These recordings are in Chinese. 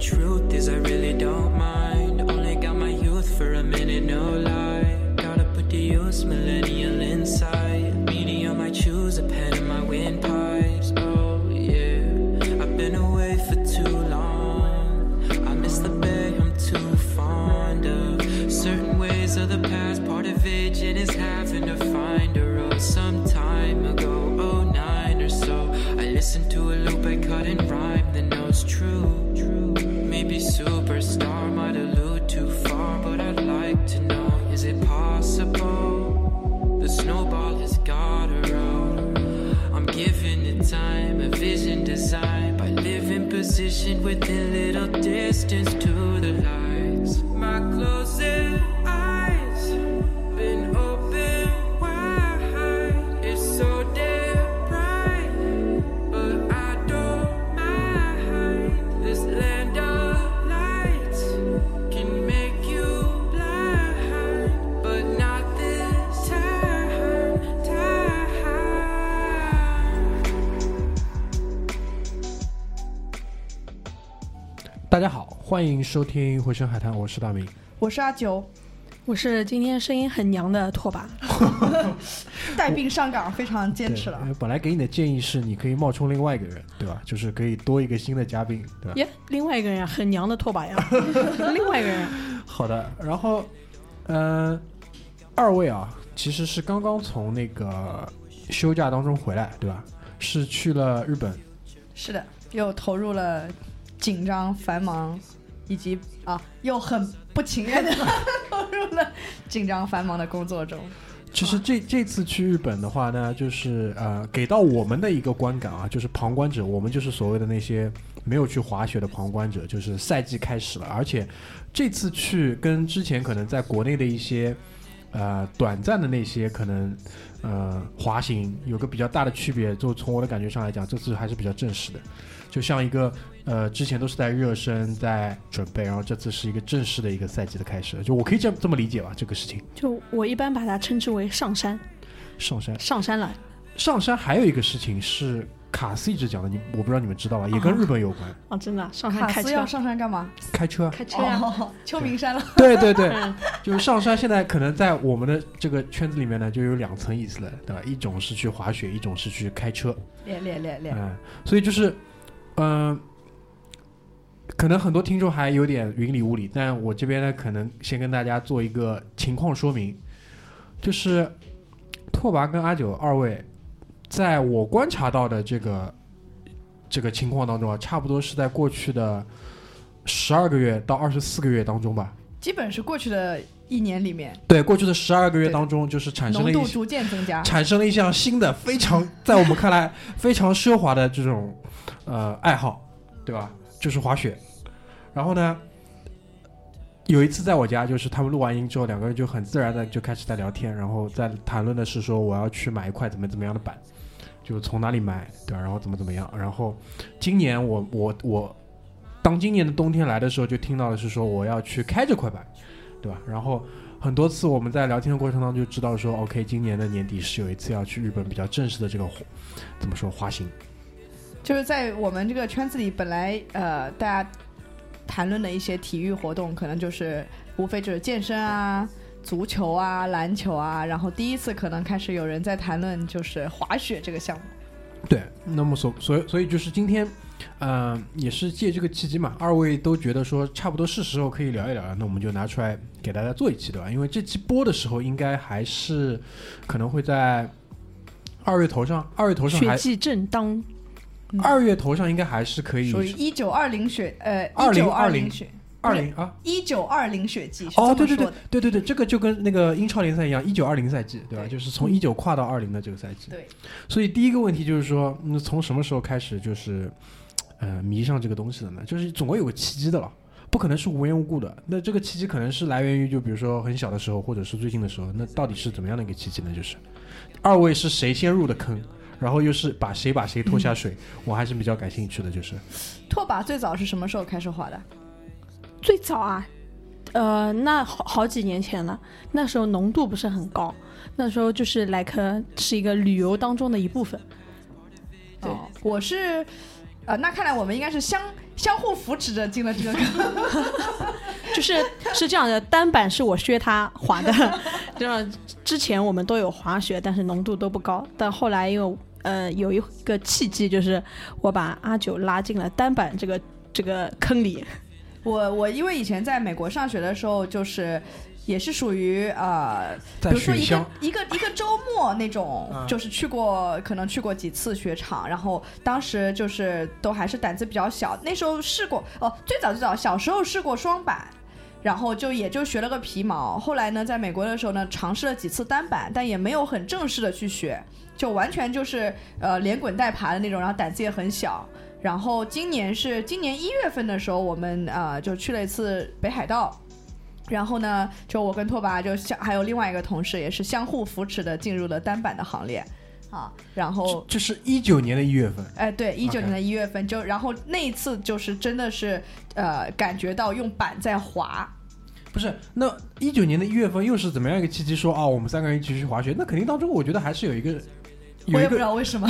Truth is, I really don't mind. Only got my youth for a minute, no lie. Gotta put to use millennial insight. Medium, I choose a pen in my windpipes. Oh, yeah. I've been away for too long. I miss the bay, I'm too fond of. Certain ways of the past, part of vision is having to find a road. Some time ago, oh, nine or so. I listened to a loop, I cut and rhyme the notes. True, true. Maybe superstar might allude too far, but I'd like to know is it possible? The snowball has got a road. I'm given the time, a vision designed by living position within little distance to the lights. My closing eyes been open wide. It's so damn bright. But I don't mind this land of lights can make you blind, but not this time, time. 大家好，欢迎收听《回声海滩》，我是大明。我是阿九，我是今天声音很娘的 拓跋，带病上岗，非常坚持对了因。为哎本来给你的建议是，你可以冒充另外一个人，对吧？就是可以多一个新的嘉宾，对吧？耶，另外一个人啊，很娘的拓 跋呀，另外一个人啊，好的，然后，嗯、二位啊，其实是刚刚从那个休假当中回来，对吧？是去了日本，是的，又投入了紧张、繁忙，以及啊，又很不情 愿的投入了紧张繁忙的工作中。其实这这次去日本的话呢，就是呃，给到我们的一个观感啊，就是旁观者，我们就是所谓的那些没有去滑雪的旁观者，就是赛季开始了，而且这次去跟之前可能在国内的一些呃短暂的那些可能呃滑行有个比较大的区别，就从我的感觉上来讲，这次还是比较正式的，就像一个呃之前都是在热身在准备，然后这次是一个正式的一个赛季的开始，就我可以这样这么理解吧，这个事情就我一般把它称之为上山，上山。上山了，上山还有一个事情是卡斯一直讲的，你我不知道你们知道吧？也跟日本有关，哦，真的啊上山卡开斯车要，上山干嘛？开车啊。开车呀，哦，秋名山了。 对对对，嗯 就是上山现在可能在我们的这个圈子里面呢，就有两层意思了，对吧？一种是去滑雪，一种是去开车，练练练练，嗯，所以就是，嗯、可能很多听众还有点云里雾里，但我这边呢，可能先跟大家做一个情况说明，就是拓跋跟阿九二位，在我观察到的这个这个情况当中啊，差不多是在过去的十二个月到二十四个月当中吧。基本是过去的一年里面，对，过去的十二个月对当中，就是产生了浓一度些逐渐增加。产生了一项新的、非常在我们看来 非常奢华的这种呃爱好，对吧？就是滑雪。然后呢，有一次在我家，就是他们录完音之后，两个人就很自然的就开始在聊天，然后在谈论的是说我要去买一块怎么怎么样的板，就从哪里买，对吧？然后怎么怎么样。然后今年我我我，当今年的冬天来的时候，就听到的是说我要去开这块板，对吧？然后很多次我们在聊天的过程当中就知道说，OK，今年的年底是有一次要去日本比较正式的这个活怎么说滑行，就是在我们这个圈子里，本来呃大家谈论的一些体育活动，可能就是无非就是健身啊、足球啊、篮球啊，然后第一次可能开始有人在谈论就是滑雪这个项目。对，那么所所以所以就是今天，嗯、也是借这个契机嘛，二位都觉得说差不多是时候可以聊一聊了，那我们就拿出来给大家做一期，对吧？因为这期播的时候应该还是可能会在二月头上，二月头上血还迹正当，二月头上应该还是可以属于一九二零雪，呃，一九二2020零雪，二零啊。一九二零雪季是哦，这对对么说对的。对对对，这个就跟那个英超联赛一样，一九二零赛季，对吧？对就是从一九跨到二零的这个赛季。对，所以第一个问题就是说，嗯，从什么时候开始就是，呃，迷上这个东西的呢？就是总会有个契机的了，不可能是无缘无故的。那这个契机可能是来源于就比如说很小的时候，或者是最近的时候，那到底是怎么样的一个契机呢？就是二位是谁先入的坑？然后又是把谁把谁拖下水，嗯我还是比较感兴趣的，就是拓跋最早是什么时候开始滑的？最早啊，呃，那好好几年前了，那时候浓度不是很高，那时候就是莱克是一个旅游当中的一部分，对哦我是，呃，那看来我们应该是相相互扶持着进了这个坑。就是是这样的，单板是我削他滑的，这样之前我们都有滑雪，但是浓度都不高，但后来因为呃有一个契机，就是我把阿九拉进了单板这个这个坑里，嗯我我因为以前在美国上学的时候，就是也是属于呃，比在如说雪一乡个一个一个周末那种，嗯就是去过可能去过几次雪场，然后当时就是都还是胆子比较小，那时候试过哦，最早最早小时候试过双板。然后就也就学了个皮毛，后来呢，在美国的时候呢，尝试了几次单板，但也没有很正式的去学，就完全就是呃连滚带爬的那种，然后胆子也很小，然后今年是今年一月份的时候，我们呃就去了一次北海道。然后呢，就我跟拓跋就相还有另外一个同事也是相互扶持的进入了单板的行列，啊，然后这这是一九年的一月份，哎对，一九年的一月份就然后那一次就是真的是呃感觉到用板在滑，不是？那一九年的一月份又是怎么样一个契机说？啊，我们三个人一起去滑雪？那肯定当中我觉得还是有一个我有一也不个，知道为什么，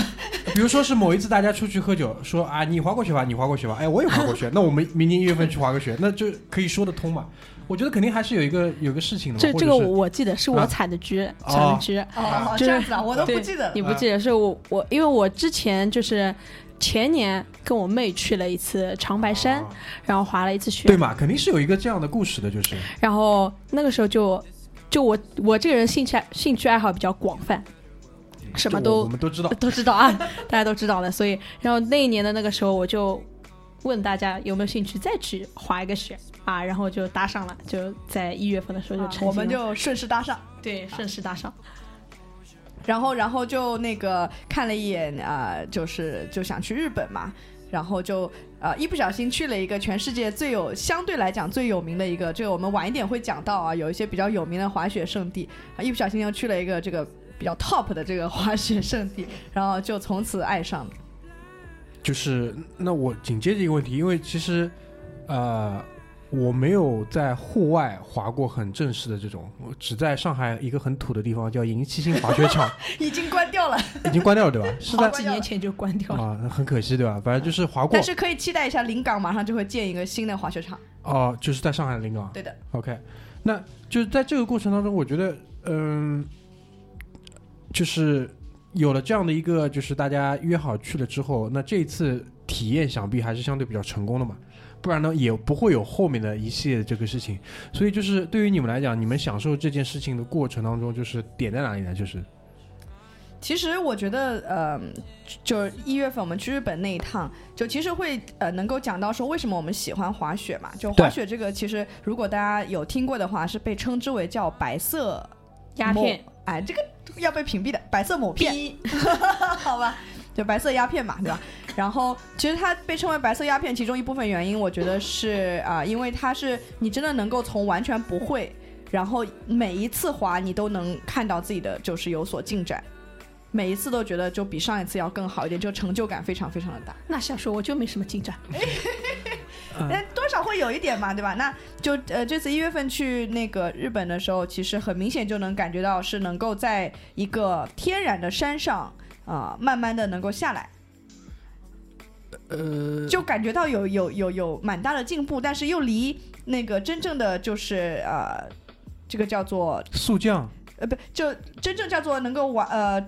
比如说是某一次大家出去喝酒，说啊，你滑过雪吧，你滑过雪吧，哎，我也滑过 雪，那我们明年一月份去滑个雪，那就可以说得通嘛。我觉得肯定还是有一个有个事情的嘛，这或这者个我是我记得是我啊踩的局，哦踩的局，哦就是这样子啊，我都不对记得了你不记得？是我我因为我之前就是前年跟我妹去了一次长白山，啊然后滑了一次雪对，嘛，肯定是有一个这样的故事的，就是然后那个时候就，就我我这个人兴趣爱兴趣爱好比较广泛，什就我么都。我们都知道 都知道啊，大家都知道了。所以，然后那一年的那个时候，我就问大家有没有兴趣再去滑一个雪啊，然后就搭上了，就在一月份的时候就啊成型了、我们就顺势搭上。对顺势搭上。然后然后就那个看了一眼啊、呃就是就想去日本嘛，然后就呃一不小心去了一个全世界最有相对来讲最有名的一个，这个我们晚一点会讲到啊，有一些比较有名的滑雪圣地，啊一不小心又去了一个这个比较 top 的这个滑雪圣地， 然后就从此爱上了。就是那我紧接着一个问题，因为其实呃我没有在户外滑过很正式的这种，我只在上海一个很土的地方叫银七星滑雪场，已经关掉了，已经关掉了对吧？是好在几年前就关掉了。啊、很可惜对吧？反正就是滑过但是可以期待一下，临港马上就会建一个新的滑雪场。哦、就是在上海的临港。对的， OK，那就是在这个过程当中，我觉得，嗯，就是有了这样的一个，就是大家约好去了之后，那这一次体验想必还是相对比较成功的嘛，不然呢也不会有后面的一系列这个事情。所以就是对于你们来讲，你们享受这件事情的过程当中，就是点在哪里呢？就是其实我觉得，呃，就是一月份我们去日本那一趟，就其实会呃能够讲到说为什么我们喜欢滑雪嘛。就滑对雪这个，其实如果大家有听过的话，是被称之为叫白色鸦某片，哎，这个要被屏蔽的白色某片， 好吧，就白色鸦片嘛，对吧？然后其实它被称为白色鸦片，其中一部分原因，我觉得是啊、因为它是你真的能够从完全不会，然后每一次滑你都能看到自己的就是有所进展。每一次都觉得就比上一次要更好一点，就成就感非常非常的大，那瞎说，我就没什么进展。但多少会有一点嘛，对吧？那就呃，这次一月份去那个日本的时候，其实很明显就能感觉到是能够在一个天然的山上啊、呃慢慢的能够下来，呃，就感觉到有有有有蛮大的进步，但是又离那个真正的就是呃，这个叫做速降，呃不，就真正叫做能够玩呃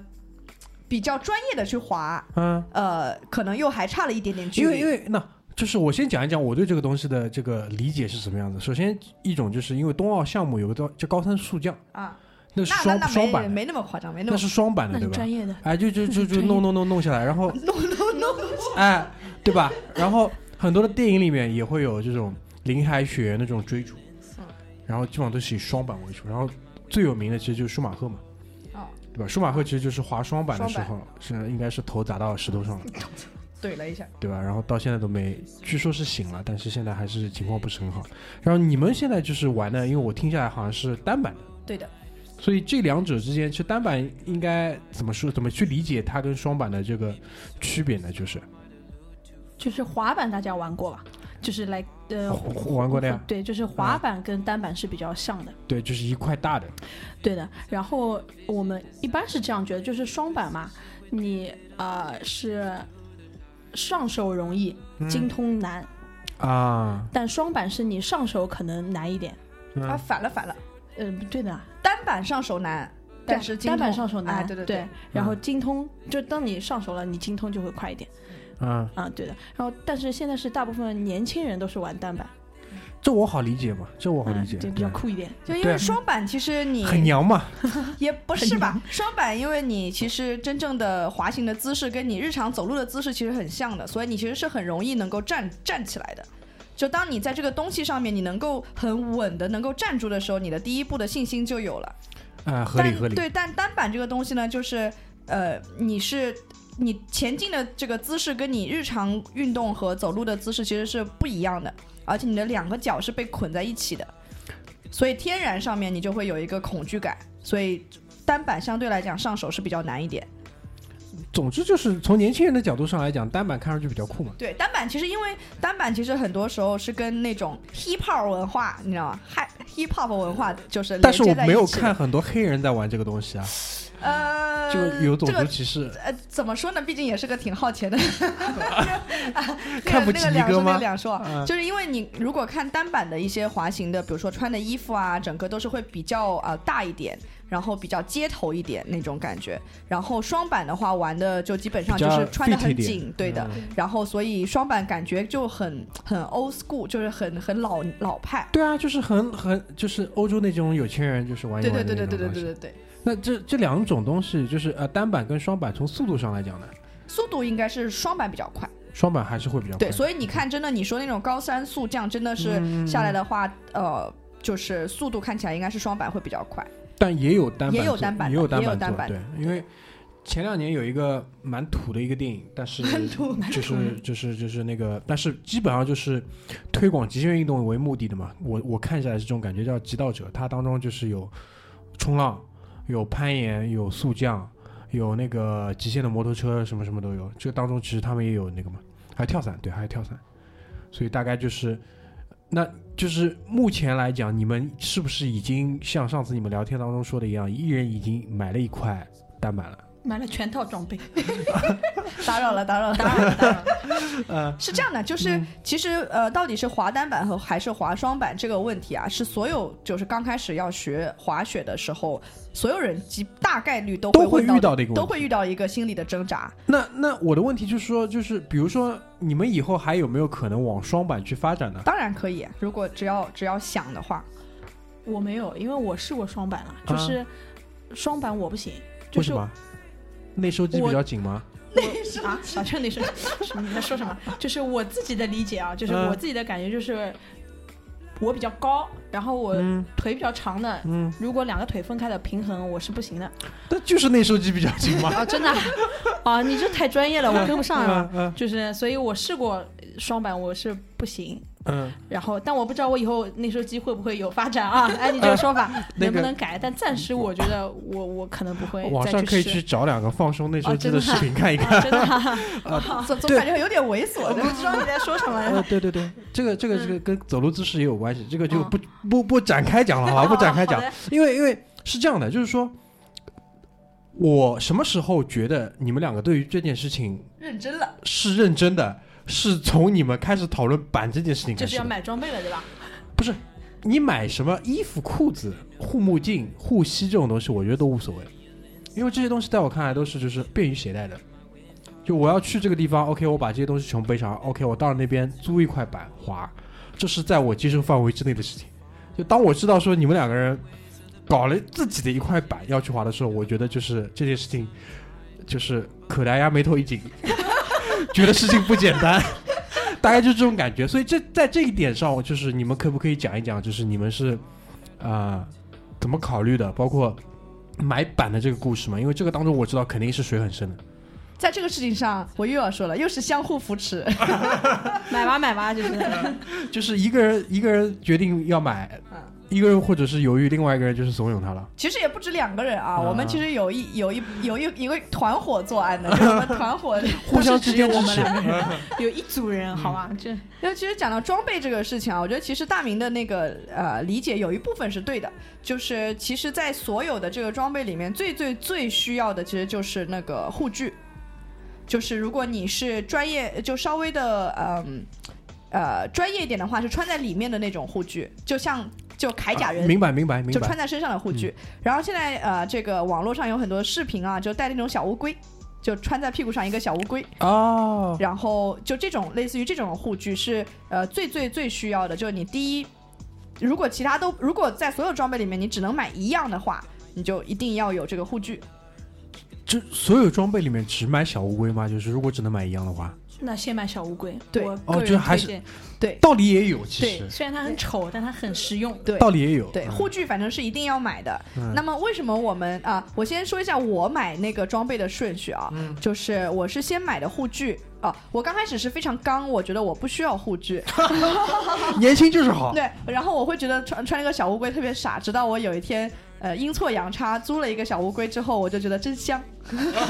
比较专业的去滑，嗯、呃，可能又还差了一点点距因为离。因为那就是我先讲一讲我对这个东西的这个理解是什么样子。首先一种就是因为冬奥项目有个叫叫高山速降，啊，那是那那双那双没板的，没那么夸张，没那那么是双板哎那的是对吧专？业的，哎，就 就就就专业弄弄弄弄下来，然后 no no no，哎，对吧？然后很多的电影里面也会有这种林海雪原的这种追逐，然后基本上都是以双板为主。然后最有名的其实就是舒马赫嘛，哦，对吧？舒马赫其实就是滑双板的时双候是应该是头砸到石头上 了，怼了一下。对吧？然后到现在都没，据说是醒了，但是现在还是情况不是很好。然后你们现在就是玩的，因为我听下来好像是单板的，对的，所以这两者之间，其实单板应该怎么说？怎么去理解它跟双板的这个区别呢？就是就是滑板，大家玩过吧？就是来呃，玩过的呀，对，就是滑板跟单板是比较像的。对，就是一块大的，对的，然后我们一般是这样觉得，就是双板嘛，嗯嗯你呃是上手容易，精通难，啊，但双板是你上手可能难一点。嗯啊，反了反了，嗯，不对的啊，单板上手难，但是精单板通上手难，哎对对对嗯对，然后精通，就当你上手了，你精通就会快一点嗯，啊，对的。然后，但是现在是大部分年轻人都是玩单板，这我好理解嘛，这我好嗯理解，对，比较对酷一点。就因对为双板其实你很娘嘛，也不是吧？双板，因为你其实真正的滑行的姿势跟你日常走路的姿势其实很像的，所以你其实是很容易能够站站起来的。就当你在这个东西上面，你能够很稳的能够站住的时候，你的第一步的信心就有了。啊，合理但合理，对，但单板这个东西呢，就是呃，你是你前进的这个姿势跟你日常运动和走路的姿势其实是不一样的，而且你的两个脚是被捆在一起的，所以天然上面你就会有一个恐惧感，所以单板相对来讲上手是比较难一点。总之就是从年轻人的角度上来讲，单板看上去比较酷嘛，对，单板其实因为单板其实很多时候是跟那种 hip hop 文化，你知道吗嗨？hip hop 文化就是但是呃我连接在没一有起的看，很多黑人在玩这个东西啊，呃，就有种这个族歧视，呃，怎么说呢？毕竟也是个挺耗钱 的，看那不个起那一个两哥说吗那个两说，嗯就是因为你如果看单板的一些滑行的，比如说穿的衣服啊，整个都是会比较呃大一点，然后比较街头一点那种感觉。然后双板的话，玩的就基本上比就较是穿的 fit 一很点 紧，对的。然后所以双板感觉就很很 old school，就是很很老老派。对啊，就是很很就是欧洲那种有钱人就是玩一对玩对的对对那对种东对对西。啊对对，那这这两种东西就是呃单板跟双板，从速度上来讲呢，速度应该是双板比较快。双板还是会比较快对，所以你看，真的，你说那种高山速降，真的嗯是下来的话，呃，就是速度看起来应该是双板会比较快。但也有单板做，也有单板的也有也有单单板板做，对，因为前两年有一个蛮土的一个电影，但是就是就是就是那个，但是基本上就是推广极限运动为目的的嘛。我我看下来是这种感觉，叫《极道者》，它当中就是有冲浪、有攀岩、有速降、有那个极限的摩托车，什么什么都有。这个当中其实他们也有那个嘛，还有跳伞，对，还有跳伞。所以大概就是，那就是目前来讲，你们是不是已经像上次你们聊天当中说的一样，一人已经买了一块单板了？买了全套 装备，打扰了，打扰了，打扰了，打扰呃了。是这样的，就是嗯其实呃，到底是滑单板和还是滑双板这个问题啊，是所有就是刚开始要学滑雪的时候，所有人基大概率都都会会遇问到到的一个问题都会遇到一个心理的挣扎。那那我的问题就是说，就是比如说，你们以后还有没有可能往双板去发展呢？当然可以，如果只要只要想的话， 我没有，因为我试过双板了，啊就是双板我不行，就为是什么？内收肌比较紧吗？啊，小倩女 士，什么你在说什么？就是我自己的理解啊，就是嗯我自己的感觉就是，我比较高，然后我嗯腿比较长的，嗯，如果两个腿分开的平衡，我是不行的。那就是内收肌比较紧 嘛。啊，真的啊啊，你这太专业了，我跟不上啊。嗯 就是，所以我试过双板，我是不行。嗯然后，但我不知道我以后那手机会不会有发展啊？哎，你这个说法嗯那能个不能改？但暂时我觉得我我可能不会嗯，网再上可以试去。找两个放松内收哦肌真的的视频看一 看。啊真的啊，总总对感觉有点猥琐， 我不知道你在说什么。呃，对对对，这个这个这个跟走路姿势也有关系，这个就嗯不、不不展开讲了好吧， 不展开讲好，的因为因为是这样的，就是说，我什么时候觉得你们两个对于这件事情认真了。是认真的，是从你们开始讨论板这件事情开就是始要的，买装备了，对吧？不是你买什么衣服、裤子、护目镜、护膝这种东西，我觉得都无所谓，因为这些东西在我看来都是就是便于携带的。就我要去这个地方，OK，我把这些东西全部背上，OK，我到了那边租一块板滑，这是在我接受范围之内的事情。就当我知道说你们两个人搞了自己的一块板要去滑的时候，我觉得就是这件事情，就是可达鸭眉头一紧， 觉得事情不简单，大概就是这种感觉。所以这在这一点上，就是你们可不可以讲一讲，就是你们是啊、呃怎么考虑的，包括买板的这个故事嘛？因为这个当中我知道肯定是水很深的。在这个事情上，我又要说了，又是相互扶持。买吧买吧，就是。就是一个人一个人决定要买，嗯，一个人或者是犹豫，另外一个人就是怂恿他了。其实也不止两个人啊，啊我们其实有一有一有一一个团伙作 案的，就是我们团伙。互相之间不支是嗯只持有我们两个人，有一组人，好吧？这 因为其实讲到装备这个事情啊，我觉得其实大明的那个呃理解有一部分是对的，就是其实，在所有的这个装备里面，最最最需要的其实就是那个护具，就是如果你是专业，就稍微的嗯。呃专业一点的话是穿在里面的那种护具，就像就铠甲人啊明白明白明嗯就白穿，在身上的护具。然后现在呃，这个网络上有很多视频啊，就带那种小乌龟，就穿在屁股上一个小乌龟，哦，然后就这种类似于这种护具是呃最最最需要的，就是你第一，如果其他都如果在所有装备里面你只能买一样的话，你就一定要有这个护具。这所有装备里面只买小乌龟吗？就是如果只能买一样的话，那先买小乌龟，对我哦个这人还推是荐。道理也有，其对，实虽然它很丑，但它很实用。对道理也有。对，嗯护具反正是一定要买的。嗯那么为什么我们啊？我先说一下我买那个装备的顺序啊，嗯就是我是先买的护具啊。我刚开始是非常刚，我觉得我不需要护具，年轻就是好，对，然后我会觉得穿穿那个小乌龟特别傻，直到我有一天。呃，阴错阳差租了一个小乌龟之后，我就觉得真香，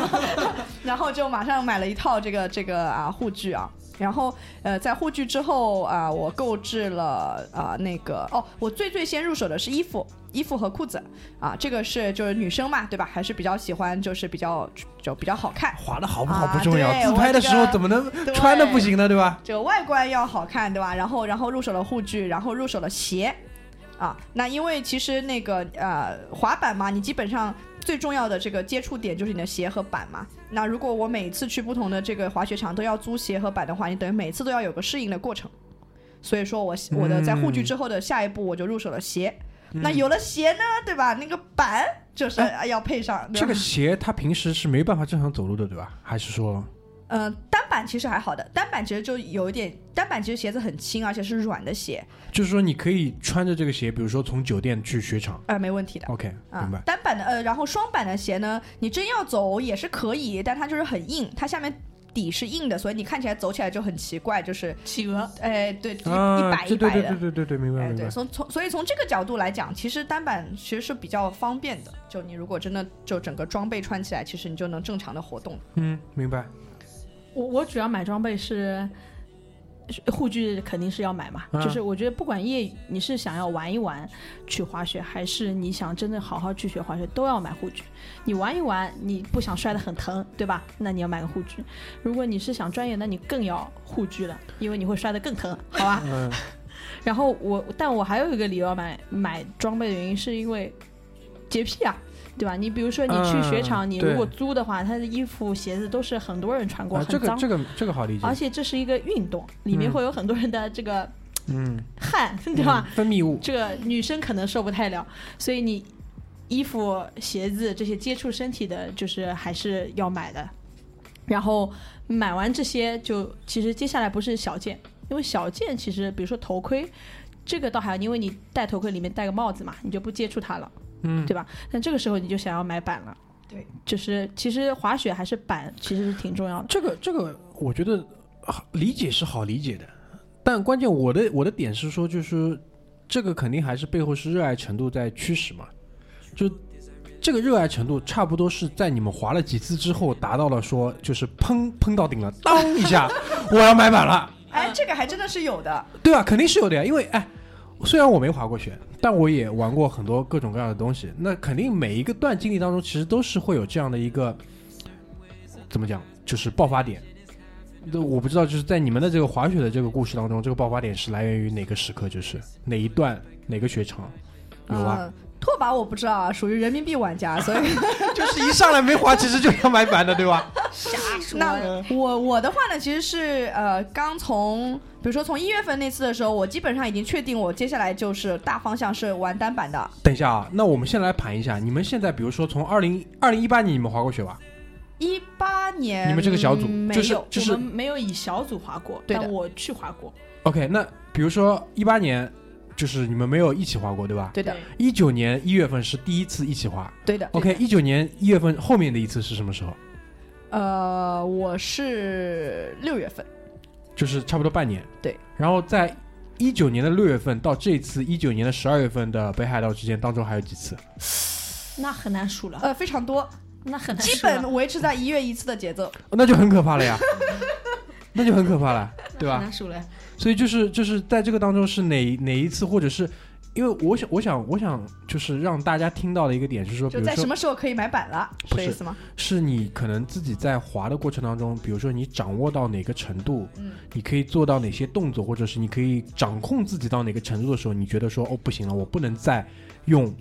然后就马上买了一套这个这个啊护具啊，然后呃在护具之后啊、我购置了啊、那个哦，我最最先入手的是衣服，衣服和裤子啊，这个是就是女生嘛，对吧？还是比较喜欢就是比较就比较好看，滑的好不好啊不重要，对自拍的时我候这个怎么能对穿的不行呢？对吧？这个外观要好看，对吧？然后然后入手了护具，然后入手了鞋，啊，那因为其实那个呃滑板嘛，你基本上最重要的这个接触点就是你的鞋和板嘛。那如果我每次去不同的这个滑雪场都要租鞋和板的话，你等于每次都要有个适应的过程。所以说我嗯我的在护具之后的下一步我就入手了鞋。那有了鞋呢，对吧？那个板就是呃要配上。对吧哎这个鞋它平时是没办法正常走路的，对吧？还是说嗯、单板其实还好的，单板其实就有一点，单板其实鞋子很轻，而且是软的鞋，就是说你可以穿着这个鞋，比如说从酒店去雪场啊、没问题的。 ？OK，啊明白，。单板的呃，然后双板的鞋呢，你真要走也是可以，但它就是很硬，它下面底是硬的，所以你看起来走起来就很奇怪，就是企鹅，哎，对，就是一啊，摆一对对摆对的，对对对对，明白哎，明对，白。从从所以从这个角度来讲，其实单板其实是比较方便的，就你如果真的就整个装备穿起来，其实你就能正常的活动。嗯，明白。我我主要买装备是是护具，肯定是要买嘛。嗯就是我觉得不管业余，你是想要玩一玩去滑雪，还是你想真正好好去学滑雪，都要买护具。你玩一玩，你不想摔得很疼，对吧？那你要买个护具。如果你是想专业，那你更要护具了，因为你会摔得更疼，好吧？嗯，然后我，但我还有一个理由要买买装备的原因，是因为洁癖啊，对吧？你比如说你去雪场，嗯你对如果租的话，它的衣服、鞋子都是很多人穿过，啊，这很个脏。这个这个好理解哦而。且这是一个运动，里面嗯会有很多人的这个 嗯，汗， 对吧？嗯？分泌物。这个女生可能受不太了，所以你衣服、鞋子这些接触身体的，就是还是要买的。然后买完这些就，其实接下来不是小件，因为小件其实比如说头盔，这个倒还好，因为你戴头盔里面戴个帽子嘛，你就不接触它了，嗯对吧？但这个时候你就想要买板了，对，就是其实滑雪还是板其实是挺重要的。这个这个，我觉得啊理解是好理解的，但关键我的我的点是说，就是这个肯定还是背后是热爱程度在驱使嘛，就这个热爱程度差不多是在你们滑了几次之后达到了说，就是砰砰到顶了，当一下我要买板了，哎，这个还真的是有的，对啊吧？肯定是有的呀，因为哎。虽然我没滑过雪，但我也玩过很多各种各样的东西。那肯定每一个段经历当中，其实都是会有这样的一个怎么讲，就是爆发点。那我不知道，就是在你们的这个滑雪的这个故事当中，这个爆发点是来源于哪个时刻，就是哪一段哪个雪场有啊吧？嗯，拓跋我不知道啊，属于人民币玩家，所以。 就是一上来没滑，其实就要买板的，对吧？ 那我我的话呢，其实是呃，刚从比如说从一月份那次的时候，我基本上已经确定我接下来就是大方向是玩单板的。等一下啊，那我们先来盘一下，你们现在比如说从二零二零一八年你们滑过雪吧？一八年你们这个小组嗯没就是有，就是我们没有以小组滑过，对的但我去滑过。 OK，那比如说一八年，就是你们没有一起滑过，对吧？对的，一九年一月份是第一次一起滑。对的。 OK，一九年一月份后面的一次是什么时候？呃，我是六月份，就是差不多半年。对。然后在一九年的六月份到这次一九年的十二月份的北海道之间当中还有几 次？那很难数了，呃，非常 多，那很难基数了，本维持在一月一次的节奏。哦那就很可怕 了呀，那就很可怕了，对嗯很吧？难数了。所以就是就是在这个当中是哪哪一次，或者是因为我想，我想，我想，就是让大家听到的一个点是说，比就如在什说，么时候可以买板了，不是是意思吗？是你可能自己在滑的过程当中，比如说你掌握到哪个程度，嗯你可以做到哪些动作，或者是你可以掌控自己到哪个程度的时候，你觉得说，哦，不行了，我不能再用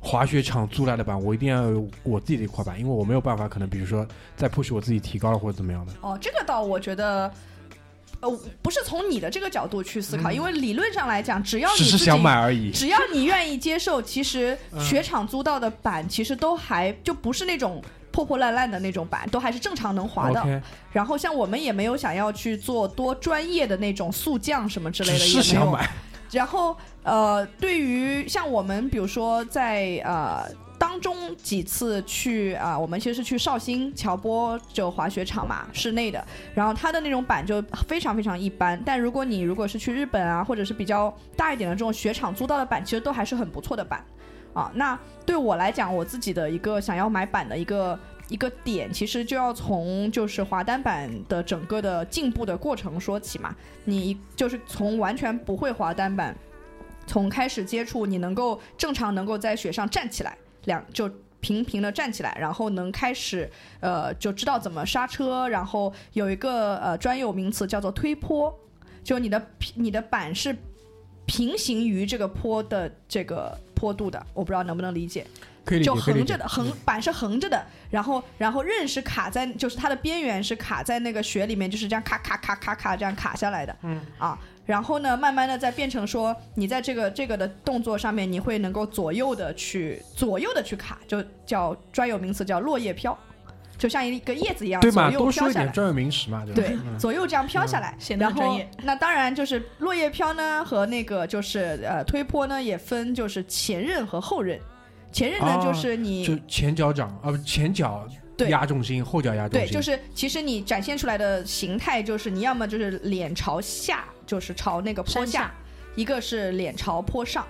滑雪场租来的板，我一定要有我自己的一块板，因为我没有办法，可能比如说再 push 我自己提高了或者怎么样的。哦，这个倒我觉得。呃，不是从你的这个角度去思考，因为理论上来讲，只要你嗯只是自己想买而已。只要你愿意接受，其实嗯雪场租到的板其实都还就不是那种破破烂烂的那种板，都还是正常能滑的。 OK，然后像我们也没有想要去做多专业的那种速降什么之类只的，也是没有想。买。然后呃，对于像我们比如说在呃当中几次去啊、我们其实是去绍兴乔波就滑雪场嘛，室内的，然后它的那种板就非常非常一般。但如果你如果是去日本啊，或者是比较大一点的这种雪场租到的板，其实都还是很不错的板啊。那对我来讲，我自己的一个想要买板的一个。一个点其实就要从就是滑单板的整个的进步的过程说起嘛，你就是从完全不会滑单板，从开始接触，你能够正常能够在雪上站起来，两就平平的站起来，然后能开始呃就知道怎么刹车，然后有一个呃专有名词叫做推坡，就你的你的板是平行于这个坡的这个坡度的，我不知道能不能理解。可以理解，就可以理横解着的，横板是横着的，然后然后刃是卡在，就是它的边缘是卡在那个雪里面，就是这样咔咔咔咔咔这样卡下来的，嗯啊，然后呢，慢慢的再变成说你在这个这个的动作上面，你会能够左右的去左右的去卡，就叫专有名词叫落叶飘，就像一个叶子一样对左嘛？右多说飘一下点来。专有名词嘛，对吧？嗯对，左右这样飘下来，嗯显得然很专后业那当然就是落叶飘呢和那个就是呃推坡呢也分就是前刃和后刃，前刃呢、啊就是你就前脚掌啊，不前脚对压重心，后脚压重对，心，就是其实你展现出来的形态就是你要么就是脸朝下，就是朝那个坡山下一个是脸朝坡上，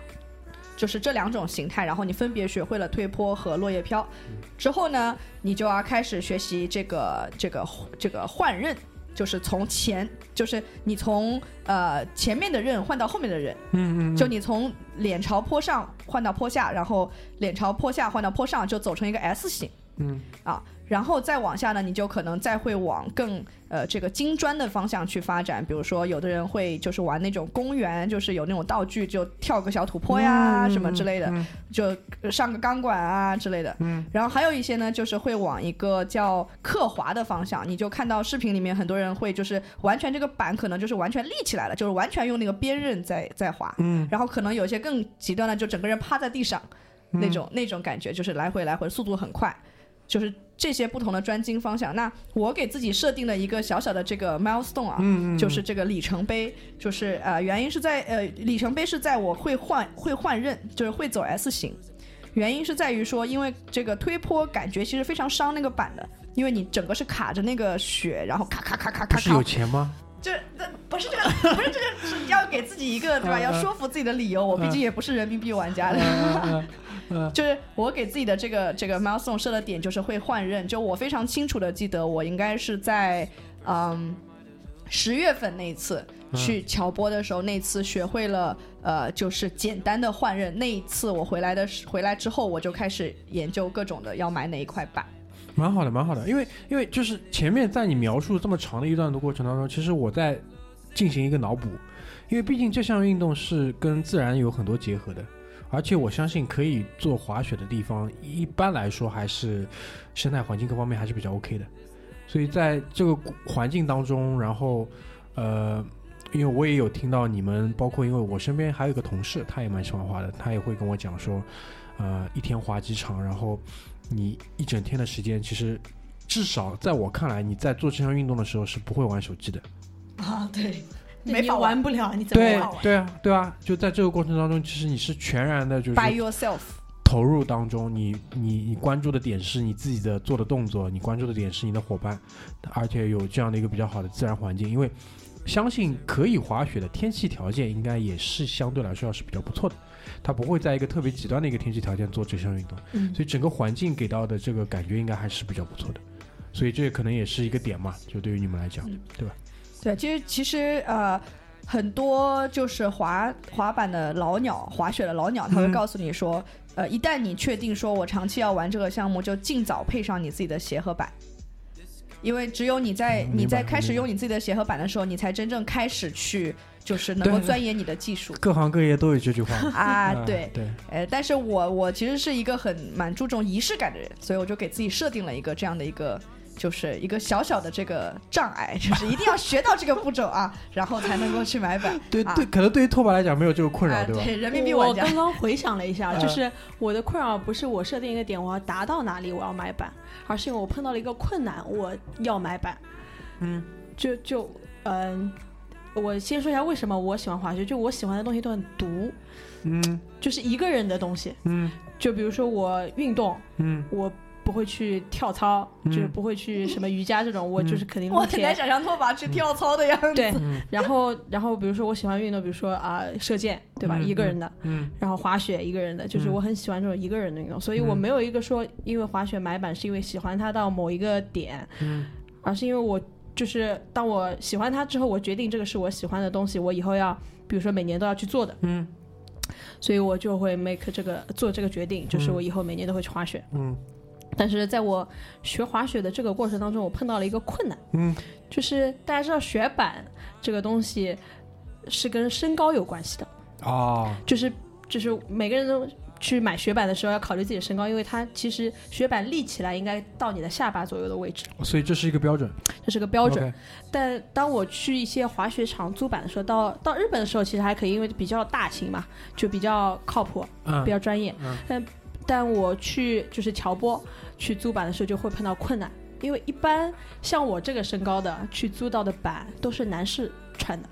就是这两种形态。然后你分别学会了推坡和落叶飘，嗯之后呢，你就要开始学习这个这个这个换刃，就是从前就是你从呃前面的刃换到后面的刃，嗯嗯嗯，就你从脸朝坡上换到坡下，然后脸朝坡下换到坡上，就走成一个 S 型。嗯啊，然后再往下呢，你就可能再会往更呃这个金砖的方向去发展。比如说，有的人会就是玩那种公园，就是有那种道具，就跳个小土坡呀、什么之类的，就呃上个钢管啊之类的。嗯，然后还有一些呢，就是会往一个叫刻滑的方向。你就看到视频里面很多人会就是完全这个板可能就是完全立起来了，就是完全用那个边刃在在滑。嗯，然后可能有些更极端的，就整个人趴在地上。嗯那种那种感觉，就是来回来回，速度很快，就是这些不同的专精方向。那我给自己设定了一个小小的这个 milestone 啊，嗯就是这个里程碑，就是呃，原因是在呃，里程碑是在我会换会换刃，就是会走 S 型。原因是在于说，因为这个推坡感觉其实非常伤那个板的，因为你整个是卡着那个雪，然后咔咔咔咔不咔是有咔，钱吗？这这不是这个， 不是这个，是要给自己一个对吧？嗯要嗯说服自己的理由，我毕竟也不是人民币玩家了。嗯 就是我给自己的这个这个 milestone 设的点就是会换刃，就我非常清楚的记得，我应该是在嗯十月份那一次去乔波的时候，那次学会了呃就是简单的换刃。那一次我回来的时回来之后，我就开始研究各种的要买哪一块板。蛮好的，蛮好的，因为因为就是前面在你描述这么长的一段的过程当中，其实我在进行一个脑补，因为毕竟这项运动是跟自然有很多结合的，而且我相信可以做滑雪的地方，一般来说还是生态环境各方面还是比较 OK 的，所以在这个环境当中，然后呃。因为我也有听到你们，包括因为我身边还有一个同事，他也蛮喜欢滑的，他也会跟我讲说，呃，一天滑几场，然后你一整天的时间，其实至少在我看来，你在做这项运动的时候是不会玩手机的。啊，对，没你法玩玩不了，你怎么对玩？对啊，对啊，就在这个过程当中，其实你是全然的就是 By yourself，投入当中，你你你关注的点是你自己的做的动作，你关注的点是你的伙伴，而且有这样的一个比较好的自然环境，因为相信可以滑雪的天气条件应该也是相对来说要是比较不错的，它不会在一个特别极端的一个天气条件做这项运动，嗯所以整个环境给到的这个感觉应该还是比较不错的，嗯所以这可能也是一个点嘛，就对于你们来讲，对，其实其实呃，很多就是滑滑板的老鸟、滑雪的老鸟，嗯他会告诉你说，呃，一旦你确定说我长期要玩这个项目，就尽早配上你自己的鞋和板。因为只有你在、嗯明白你在开始明白用你自己的鞋和板的时候，你才真正开始去就是能够对对钻研你的技 术各行各业都有这句话啊嗯。对，对，呃，但是我我其实是一个很蛮注重仪式感的人，所以我就给自己设定了一个这样的一个，就是一个小小的这个障碍，就是一定要学到这个步骤啊，然后才能够去 买板。对啊对，可能对于拓跋来讲没有这个困扰，啊对吧？对，人民币我玩家刚刚回想了一下，嗯就是我的困扰不是我设定一个点我要达到哪里我要买板，而是因为我碰到了一个困难我要买板。嗯，就就嗯、我先说一下为什么我喜欢滑雪，就我喜欢的东西都很独，嗯就是一个人的东西。嗯就比如说我运动，嗯，我不会去跳操，嗯就是不会去什么瑜伽这种，我就是肯定我撸很难铁。想象拓跋去跳操的样子。对嗯，然后然后比如说我喜欢运动，比如说啊、射箭，对吧？嗯一个人的，嗯然后滑雪一个人的，就是嗯我很喜欢这种一个人的运动，所以我嗯没有一个说因为滑雪买板是因为喜欢它到某一个点，嗯而是因为我就是当我喜欢它之后，我决定这个是我喜欢的东西，我以后要比如说每年都要去做的，嗯所以我就会 make 这个做这个决定，就是嗯我以后每年都会去滑雪。嗯但是在我学滑雪的这个过程当中，我碰到了一个困难，嗯，就是大家知道雪板这个东西是跟身高有关系的。哦，就是就是每个人都去买雪板的时候要考虑自己的身高，因为它其实雪板立起来应该到你的下巴左右的位置，所以这是一个标准，这是个标准。 OK，但当我去一些滑雪场租板的时候，到到日本的时候其实还可以，因为比较大型嘛，就比较靠谱，比嗯，较专业。嗯但但我去就是乔波去租板的时候就会碰到困难，因为一般像我这个身高的去租到的板都是男士穿的，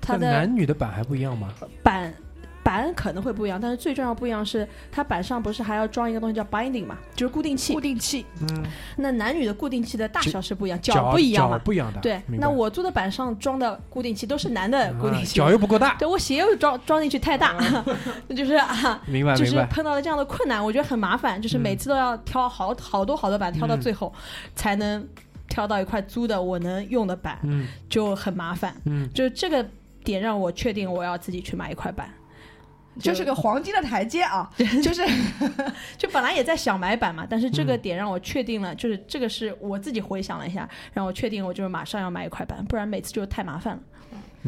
他但的男女的版还不一样吗？板板可能会不一样，但是最重要不一样是，它板上不是还要装一个东西叫 binding 嘛，就是固定器固。定器，嗯，那男女的固定器的大脚小是不一样，脚不一样嘛脚。不一样的，对，明白那我租的板上装的固定器都是男的固定啊器，脚又不够大，对我鞋又装装进去太大， 那就是啊，明白就明是白，碰到了这样的困难，我觉得很麻烦，就是每次都要挑好好多好多板，挑到嗯最后才能挑到一块租的我能用的板，嗯就很麻烦。嗯，就这个点让我确定我要自己去买一块板。这是个黄金的台阶啊！就是就本来也在想买板嘛，但是这嗯个点让我确定了，就是这个是我自己回想了一下，让我确定我就是马上要买一块板，不然每次就太麻烦了。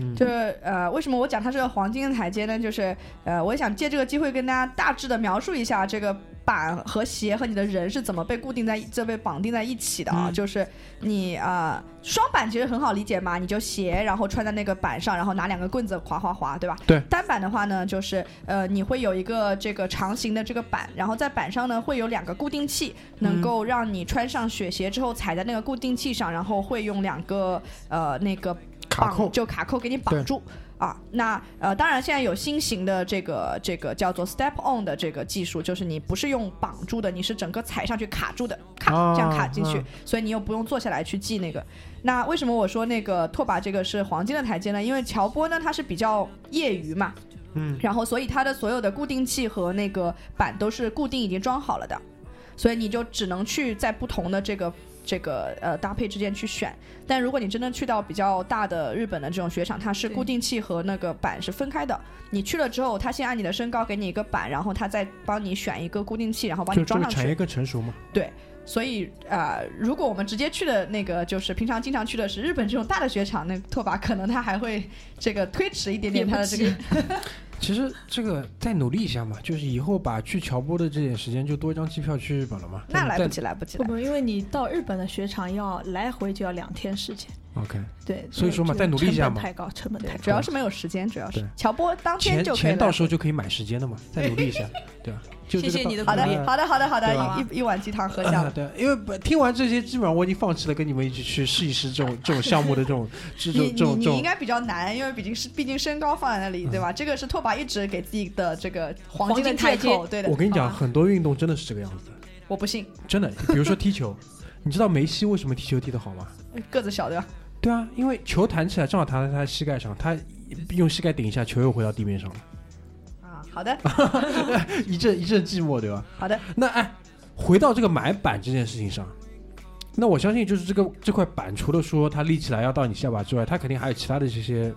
嗯就是呃，为什么我讲它是个黄金的台阶呢？就是呃，我也想借这个机会跟大家大致的描述一下这个板和鞋和你的人是怎么被固定在这被绑定在一起的啊。嗯就是你呃，双板其实很好理解嘛，你就鞋然后穿在那个板上，然后拿两个棍子划划划，对吧？对单板的话呢，就是呃，你会有一个这个长形的这个板，然后在板上呢会有两个固定器，能够让你穿上雪鞋之后踩在那个固定器上，然后会用两个呃那个卡绑扣就卡扣给你对绑住啊。那呃，当然现在有新型的这个这个叫做 step on 的这个技术，就是你不是用绑住的，你是整个踩上去卡住的，卡、啊这样卡进去，嗯所以你又不用坐下来去记那个。那为什么我说那个拓跋这个是黄金的台阶呢？因为乔波呢，他是比较业余嘛，嗯然后所以它的所有的固定器和那个板都是固定已经装好了的，所以你就只能去在不同的这个这个呃搭配之间去选。但如果你真的去到比较大的日本的这种雪场，它是对固定器和那个板是分开的。你去了之后，它先按你的身高给你一个板，然后它再帮你选一个固定器，然后帮你就这装个上产去业。更成熟嘛，所以呃，如果我们直接去的那个就是平常经常去的是日本这种大的雪场，那拓跋可能他还会这个推迟一点点也不他的这个急其实这个再努力一下嘛，就是以后把去乔波的这点时间就多一张机票去日本了嘛。那来不但及，来不及，不来不及不，因为你到日本的雪场要来回就要两天时间， OK，对，所以说嘛这个再努力一下嘛成本太高，成本对太，高。主要是没有时间，主要是对乔波当天钱就可以钱了。到时候就可以买时间的嘛，再努力一下， 对吧？就谢谢这个你的道好鼓的励嗯，好的，好的，好对吧的，一一一碗鸡汤喝 下啊，了。对，因为不听完这些，基本上我已经放弃了跟你们一起去试一试这种这种项目的这种这 种这你你种这你应种。该比较难，因为毕竟是毕竟身高放在那里，嗯对吧？这个是拓跋一直给自己的这个黄金的黄金台借阶口，对的我。跟你讲，好吧很多运动真的是这个样子的，我不信，真的。比如说踢球， 你知道梅西为什么踢球踢得好吗？个子小对吧？对啊，因为球弹起来正好弹在他的膝盖上，他用膝盖顶一下，球又回到地面上了，啊，好的， 一阵一阵寂寞，对吧？好的。那哎，回到这个买板这件事情上，那我相信就是这个这块板，除了说它立起来要到你下巴之外，它肯定还有其他的这些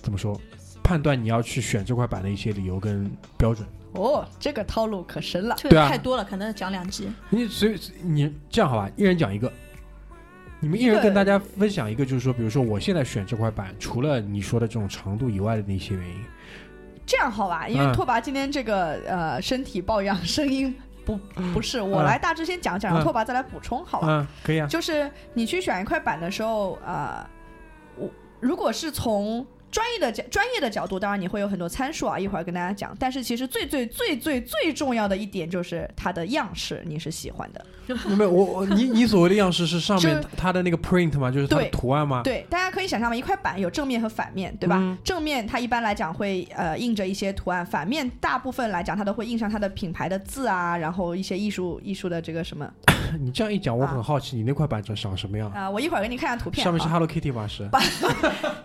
怎么说，判断你要去选这块板的一些理由跟标准。哦，这个套路可深了。这对个啊太多了，可能讲两集。你所以你这样好吧，一人讲一个，你们一人对跟大家分享一个，就是说，比如说我现在选这块板，除了你说的这种长度以外的那些原因，这样好吧，因为嗯拓跋今天这个呃身体抱恙，声音不不是，我嗯来大致先讲讲，然后嗯拓跋再来补充，好吧？嗯，可以啊，就是你去选一块板的时候，呃，我如果是从专业的角专业的角度，当然你会有很多参数啊，一会儿跟大家讲。但是其实最最最最最重要的一点就是它的样式，你是喜欢的。没有我我你你所谓的样式是上面就它的那个 print 吗？就是它的对图案吗？对，大家可以想象嘛，一块板有正面和反面，对吧？啊嗯正面它一般来讲会呃印着一些图案，反面大部分来讲它都会印上它的品牌的字啊，然后一些艺术艺术的这个什么你这样一讲，我很好奇你那块板长长什么样？啊、我一会儿给你看下图片。上面是啊 Hello Kitty 吗？是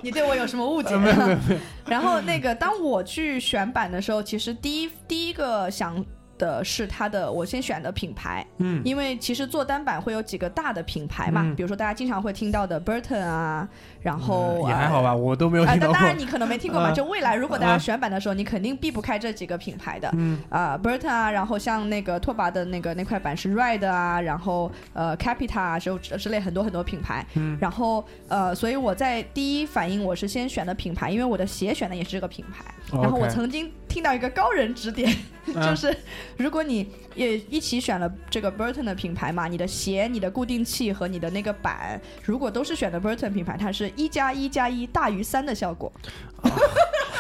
你对我有什么误解？呃没有没有没有， 然后那个，当我去选版的时候，其实第一第一个想的是它的，我先选的品牌，嗯因为其实做单板会有几个大的品牌嘛，嗯比如说大家经常会听到的 Burton 啊，然嗯后、也还好。吧，我都没有啊，听但到当过。然你可能没听过嘛。嗯就未来如果 大家嗯选版的时候，你肯定避不开这几个品牌的。嗯啊、b u r t o n 啊，然后像那个拓跋的那个那块板是 Red 啊，然后呃 Capita 啊，之后之类很多很多品牌。嗯然后呃，所以我在第一反应我是先选的品牌，因为我的鞋选的也是这个品牌。然后我哦 OK 曾经听到一个高人 指点，就嗯是如果你也一起选了这个 Burton 的品牌嘛，你的鞋、你的固定器和你的那个板，如果都是选的 Burton 品牌，它是一加一加一大于三的效果。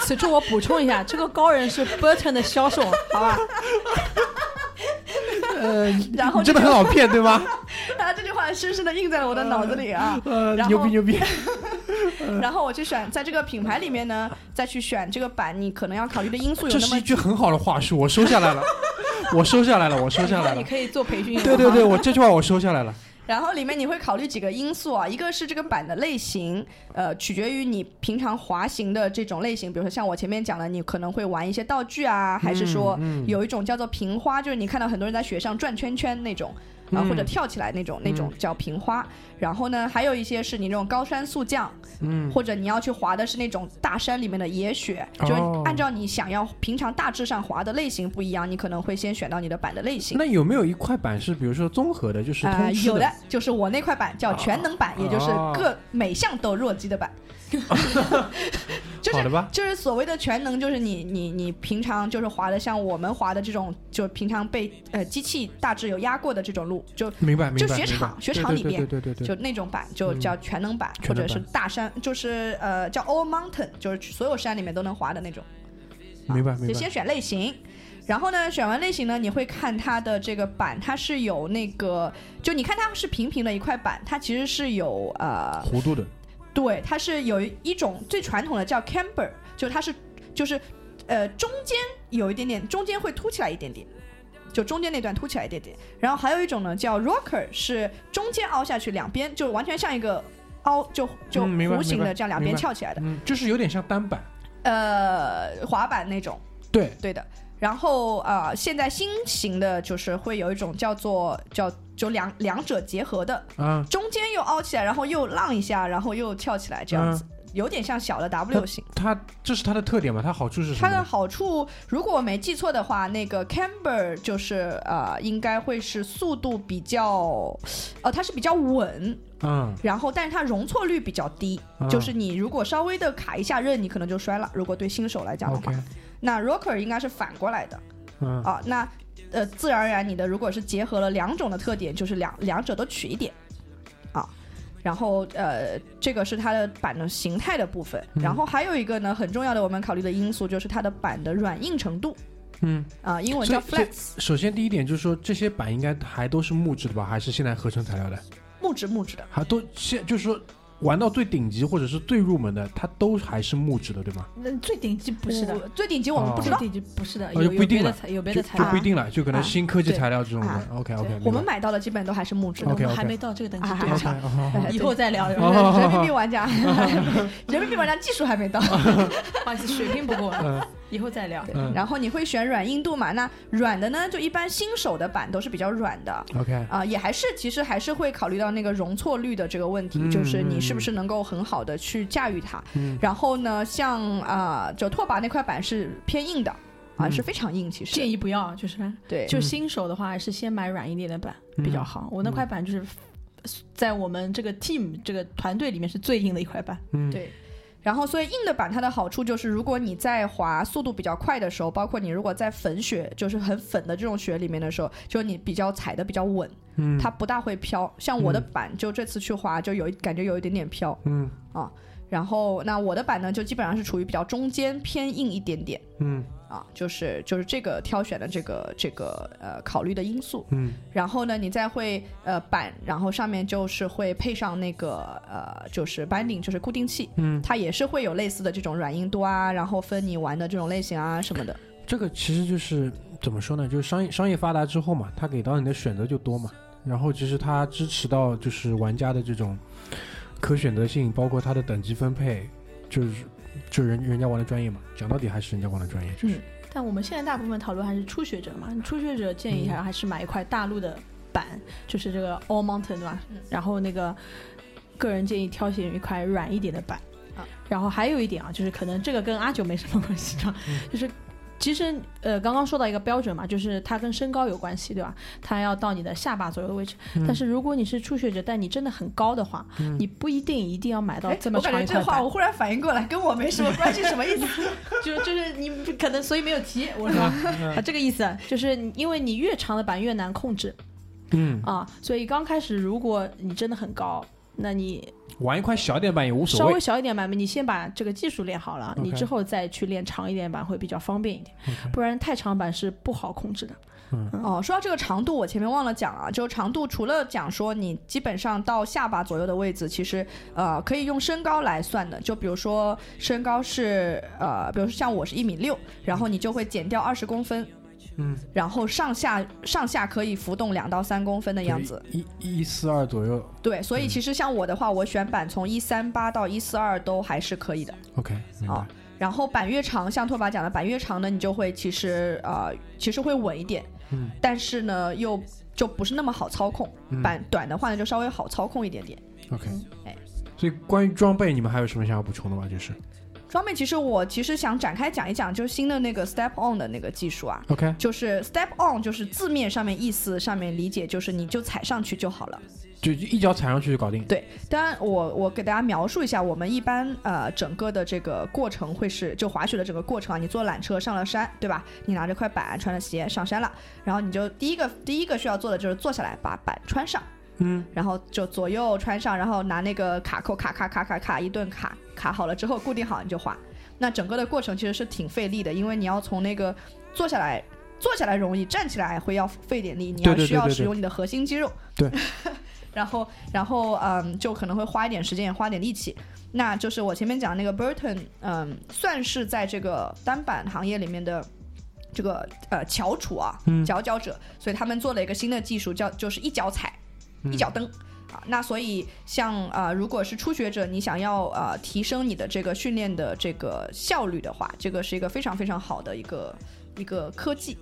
此处我补充一下，这个高人是 Burton 的销售，好吧？呃，然后你真的很这个好骗，对吗？ 啊，这句话深深的印在了我的脑子里啊。呃，然后牛逼呃牛逼，然后我去选，在这个品牌里面呢，再去选这个版，你可能要考虑的因素有这那是么一句很好的话术，我收下 来了，我收下来了，我收下来那你了。可以做培训。对对对，，我这句话我收下来了。然后里面你会考虑几个因素啊，一个是这个板的类型，呃，取决于你平常滑行的这种类型，比如说像我前面讲的，你可能会玩一些道具啊，还是说嗯嗯有一种叫做平花，就是你看到很多人在雪上转圈圈那种。啊，嗯或者跳起来那种，那种叫平花。然后呢，还有一些是你那种高山速降，嗯或者你要去滑的是那种大山里面的野雪，哦就是按照你想要平常大致上滑的类型不一样，你可能会先选到你的板的类型。那有没有一块板是比如说综合的，啊就是啊，通吃有的就是我那块板叫全能板，也就是各每项都弱鸡 的板，就好的是。吧？就是所谓的全能，就是你你你平常就是滑的像我们滑的这种，就平常被呃机器大致有压过的这种路，就明白明白。就雪场明白雪场里面对对对对对就对。那种板就嗯叫全能板，全或能者板是大山，就是呃叫 all mountain，就是所有山里面都能滑的那种。啊明白明就白先选类型，然后呢，选完类型呢，你会看它的这个板，它是有那个，就你看它是平平的一块板，它其实是有呃，弧度的，对，它是有一种最传统的叫 camber，就它是就是呃中间有一点点，中间会凸起来一点点。就中间那段凸起来一点点，然后还有一种呢叫 rocker，是中间凹下去，两边就完全像一个凹，就就嗯明白弧形的，明白这样两边明白翘起来的，嗯，就是有点像单板。呃，滑板那种。对，对的。然后呃，现在新型的就是会有一种叫做叫就两两者结合的，啊，中间又凹起来，然后又浪一下，然后又翘起来这样子，有点像小 的 W 型。它这是它的特点嘛？它好处是什它么的呢？好处，如果我没记错的话，那个 camber 就是呃，应该会是速度比较，呃，它是比较稳，嗯，然后但是它容错率比较低，啊就是你如果稍微的卡一下刃，你可能就摔了。如果对新手来讲的话 OK，那 rocker 应该是反过来的，嗯，啊，那呃，自然而然你的如果是结合了两种的特点，就是两两者都取一点啊。然后呃，这个是它的板的形态的部分。然嗯后还有一个呢，很重要的我们考虑的因素就是它的板的软硬程度嗯，啊，英文所以叫 flex，首先第一点就是说，这些板应该还都是木质的吧？还是现在合成材料的？木质木质的。还都现就是说玩到最顶级或者是最入门的，它都还是木质的，对吗？那最顶级不是的，不，最顶级我们不知最道。顶级不是的，哦有就有不一定别的了材有别就的就材料不料一，定了，就可能啊新科技对材料这种的啊。 OK 对 OK，我们买到的基本都还是木质的。我 OK，OK 们还没到这个等级，啊对不起啊好，哎以后再聊。对人哦们好好好 人民币玩家，人民币玩家技术还没到。 不好意思，水平不够。嗯，以后再聊。嗯然后你会选软硬度嘛？那软的呢，就一般新手的板都是比较软的。 ，OK，啊、也还是其实还是会考虑到那个容错率的这个问题，嗯就是你是不是能够很好的去驾驭它。嗯然后呢，像啊、就拓跋那块板是偏硬的，啊、嗯是非常硬，其实建议不要，就是对，就新手的话，还是先买软一点的板嗯比较好。我那块板就是在我们这个 team 这个团队里面是最硬的一块板。嗯，对。然后，所以硬的板它的好处就是，如果你在滑速度比较快的时候，包括你如果在粉雪，就是很粉的这种雪里面的时候，就你比较踩的比较稳，嗯，它不大会飘。像我的嗯板，就这次去滑就有一感觉有一点点飘。啊嗯然后，那我的板呢，就基本上是处于比较中间偏硬一点点嗯啊，就是就是这个挑选的这个这个呃考虑的因素。嗯然后呢，你再会呃板，然后上面就是会配上那个呃就是 binding，就是固定器，嗯，它也是会有类似的这种软硬度啊，然后分你玩的这种类型啊什么的。这个其实就是怎么说呢？就是商业商业发达之后嘛，它给到你的选择就多嘛。然后其实它支持到就是玩家的这种可选择性，包括它的等级分配，就是就人人家玩的专业嘛。讲到底还是人家玩的专业，就是、但我们现在大部分讨论还是初学者嘛，初学者建议嗯还还是买一块大陆的板，就是这个 All Mountain 对嗯吧？然后那个个人建议挑选一块软一点的板。啊然后还有一点啊，就是可能这个跟阿九没什么关系的，嗯就是其实呃刚刚说到一个标准嘛，就是它跟身高有关系对吧？它要到你的下巴左右的位置。嗯但是如果你是初学者，但你真的很高的话，你不一定一定要买到哦这哎么我感觉长一这块个话板我，忽然反应过来，跟我没什么关系，什么意思？就就是你不可能所以没有 提我说。嗯啊，这个意思就是你因为你越长的板越难控制嗯，啊，所以刚开始如果你真的很高，那你玩一块小一点版也无稍所微谓。小一点板，你先把这个技术练好了，你 OK 之后再去练长一点板会比较方便一点，不然太长板是不好控制的。哦，说到这个长度，我前面忘了讲啊，就长度除了讲说你基本上到下巴左右的位置，其实呃可以用身高来算的，就比如说身高是呃，比如说像我是一米六，然后你就会减掉二十公分，嗯，然后上下上下可以浮动两到三公分的样子。一一四二左右对，所以其实像我的话，我选板从一三八到一四二都还是可以的。 ，OK，明白。啊然后板越长，像拓跋讲的，板越长呢，你就会其实呃，其实会稳一点，嗯，但是呢又就不是那么好操控。嗯板短的话呢，就稍微好操控一点点。 OK，哎所以关于装备，你们还有什么想要补充的吗？就是装备其实我其实想展开讲一讲，就是新的那个 Step On 的那个技术啊， OK，就是 Step On 就是字面上面意思上面理解就是你就踩上去就好了。就一脚踩上去就搞定。对，当然我我给大家描述一下，我们一般呃整个的这个过程会是就滑雪的整个过程啊，你坐缆车上了山，对吧？你拿着块板，穿了鞋上山了，然后你就第一个第一个需要做的就是坐下来把板穿上，嗯，然后就左右穿上，然后拿那个卡扣卡卡卡卡卡一顿卡卡好了之后固定好你就滑。那整个的过程其实是挺费力的，因为你要从那个坐下来。坐下来容易，站起来会要费点力，你要对对对需要对对使用你的核心肌肉。对然后 然后嗯，就可能会花一点时间，也花点力气。那就是我前面讲那个 Burton，嗯，算是在这个单板行业里面的这个呃翘楚啊，佼佼者，所以他们做了一个新的技术，叫就是一脚踩，一脚蹬。啊，那所以像啊、呃如果是初学者，你想要呃提升你的这个训练的这个效率的话，这个是一个非常非常好的一个一个科技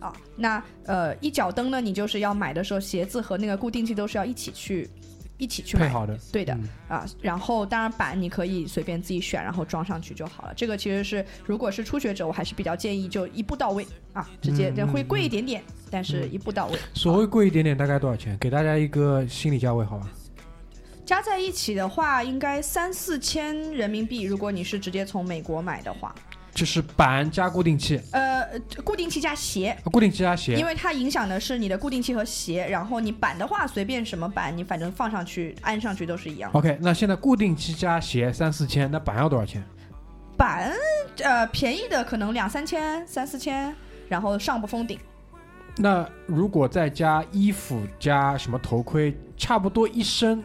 啊。那呃一脚蹬呢，你就是要买的时候，鞋子和那个固定器都是要一起去一起去配买好的。对的嗯，啊，然后当然板你可以随便自己选，然后装上去就好了。这个其实是如果是初学者，我还是比较建议就一步到位啊，直接嗯这会嗯贵一点点，但是一步到位。所谓贵一点点，大概多少钱？给大家一个心理价位，好吧？加在一起的话，应该三四千人民币，如果你是直接从美国买的话，就是板加固定器，啊呃，固定器加鞋。固定器加因鞋。为它影响的是你的固定器和鞋，然后你板的话随便什么板，你反正放上去、安上去都是一样的。 OK，那现在固定器加鞋三四千，那板要多少钱？板呃便宜的可能两三千、三四千，然后上不封顶。那如果再加衣服加什么头盔，差不多一身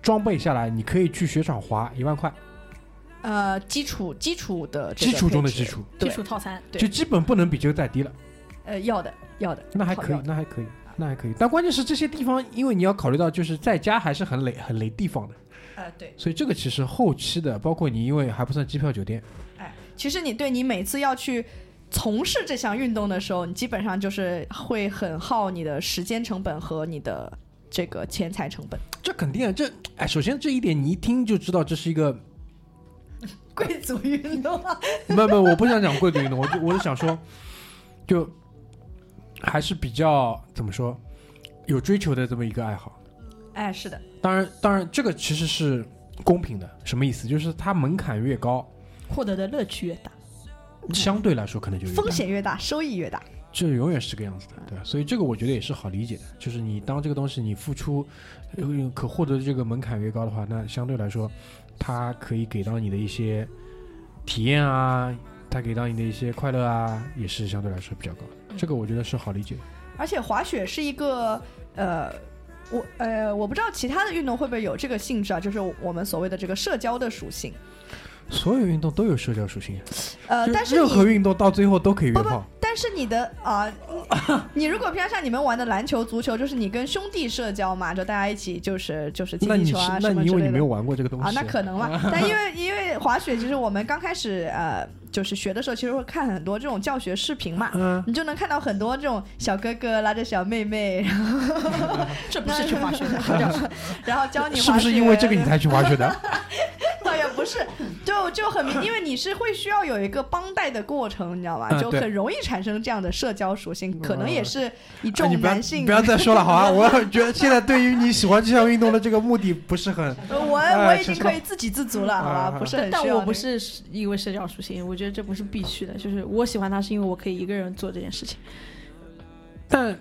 装备下来，你可以去雪场滑一万块，呃，基础基础的这基个础中的配置基，础，基对础套餐，对就基本不能比这个再低了。呃，要的要的，那还好可以要，的那还可以，那还可以。但关键是这些地方，因为你要考虑到，就是在家还是很累很雷地方的，呃，对，所以这个其实后期的，包括你因为还不算机票酒店，其实你对你每次要去从事这项运动的时候，你基本上就是会很耗你的时间成本和你的这个钱财成本。这肯定啊，这哎，首先这一点你一听就知道这是一个， 贵族运动，啊不不，我不想讲贵族运动，我就我就想说，就还是比较怎么说，有追求的这么一个爱好。 哎，是的，当然，当然，这个其实是公平的，什么意思？就是它门槛越高，获得的乐趣越大。相对来说可能就越大风，险越大，收益越大。这永远是这个样子的，对吧？所以这个我觉得也是好理解的，就是你当这个东西你付出，呃可获得的这个门槛越高的话，那相对来说，它可以给到你的一些体验啊，它给到你的一些快乐啊，也是相对来说比较高嗯的。这个我觉得是好理解的。而且滑雪是一个呃，我呃，我不知道其他的运动会不会有这个性质啊，就是我们所谓的这个社交的属性。所有运动都有社交属性，啊呃，就但是任何你运动到最后都可以约不不炮。但是你的啊、你你 如果平常像你们玩的篮球、足球，就是你跟兄弟社交嘛，就大家一起就是就是踢那踢你球是啊那什么你之因为类你没的有。玩过这个东西啊，那可能嘛。 但因为因为滑雪，其实我们刚开始呃，就是学的时候，其实会看很多这种教学视频嘛，嗯，你就能看到很多这种小哥哥拉着小妹妹，然后 这不是去滑雪的， 然后教你滑雪。是不是因为这个你才去滑雪的？ 倒也不是，就就很明，因为你是会需要有一个帮带的过程，你知道吧？嗯就对很容易产生这样的社交属性，可能也是一哎你众不要男性。不要再说了，好 啊！我觉得现在对于你喜欢这项运动的这个目的不是很……呃我哎我已经这可以自给自足了，好吧？嗯不是很但需要但那个。我不是因为社交属性，我觉得这不是必须的。就是我喜欢它，是因为我可以一个人做这件事情。但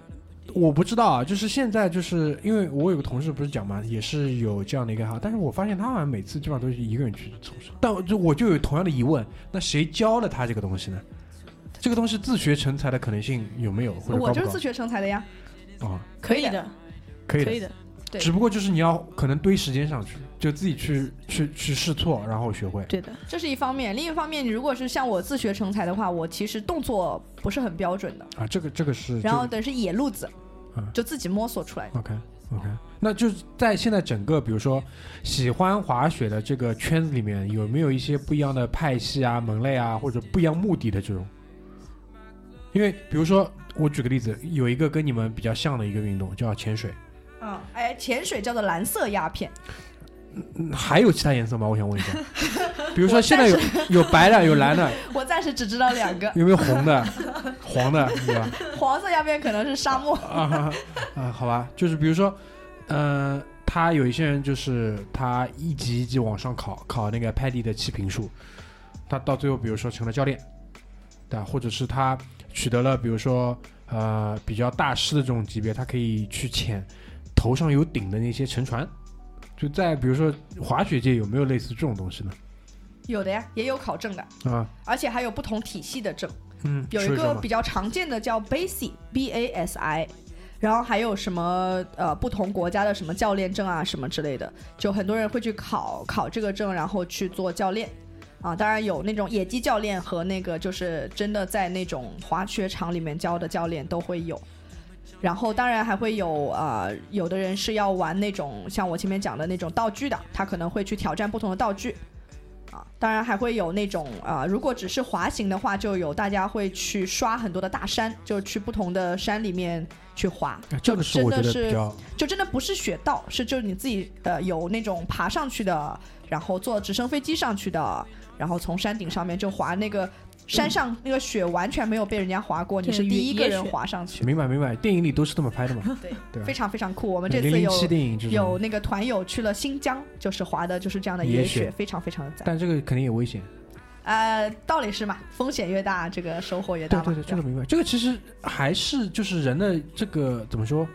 我不知道啊，就是现在就是因为我有个同事不是讲嘛，也是有这样的一个爱好，但是我发现他好像每次基本上都是一个人去从事。但我就我就有同样的疑问，那谁教了他这个东西呢？这个东西自学成才的可能性有没有，或者我高就不高是自？学成才的呀，啊、可以以的的，可以可以的。的。对只不过就是你要可能堆时间上去，就自己去去去试错，然后学会。对的，这是一方面。另一方面，你如果是像我自学成才的话，我其实动作不是很标准的，啊，这个这个是。然这后个等于是野路子嗯，就自己摸索出来的。 OK OK，那就是在现在整个，比如说喜欢滑雪的这个圈子里面，有没有一些不一样的派系啊、门类啊，或者不一样目的的这种？因为比如说，我举个例子，有一个跟你们比较像的一个运动叫潜水，嗯，哎，潜水叫做蓝色鸦片，嗯还有其他颜色吗？我想问一下，比如说现在有有白的，有蓝的，我暂时只知道 两个，有没有红的、黄的，对吧？黄色鸦片可能是沙漠。啊啊，好吧，就是比如说，呃，他有一些人就是他一级一级往上考，考那个 PADI 的七评数，他到最后比如说成了教练，对吧，或者是他取得了比如说呃比较大师的这种级别，他可以去潜头上有顶的那些沉船。就在比如说滑雪界有没有类似这种东西呢？有的呀，也有考证的，啊，而且还有不同体系的证，嗯，有一说说个嘛比较常见的叫 BASI B A S I，然后还有什么呃不同国家的什么教练证啊什么之类的，就很多人会去考考这个证，然后去做教练。啊，当然有那种野鸡教练和那个就是真的在那种滑雪场里面教的教练都会有，然后当然还会有呃，有的人是要玩那种像我前面讲的那种道具的，他可能会去挑战不同的道具，啊，当然还会有那种啊、呃如果只是滑行的话，就有大家会去刷很多的大山，就去不同的山里面去滑哎，这个是真我觉的得是比较就真的不是雪道，是就是你自己呃有那种爬上去的，然后坐直升飞机上去的，然后从山顶上面就滑那个山上那个雪完全没有被人家滑过，你对是第一个野人雪滑上去，明白明白，电影里都是这么拍的嘛。对，对啊非常非常酷。我们这零次零有七电影就是有那个团友去了新疆，就是滑的就是这样的野野雪雪，非常非常的赞。但这个肯定也危险。呃，道理是嘛，风险越大，这个收获越大对嘛。对对，这吧个明白。这个其实还是就是人的这个怎么说，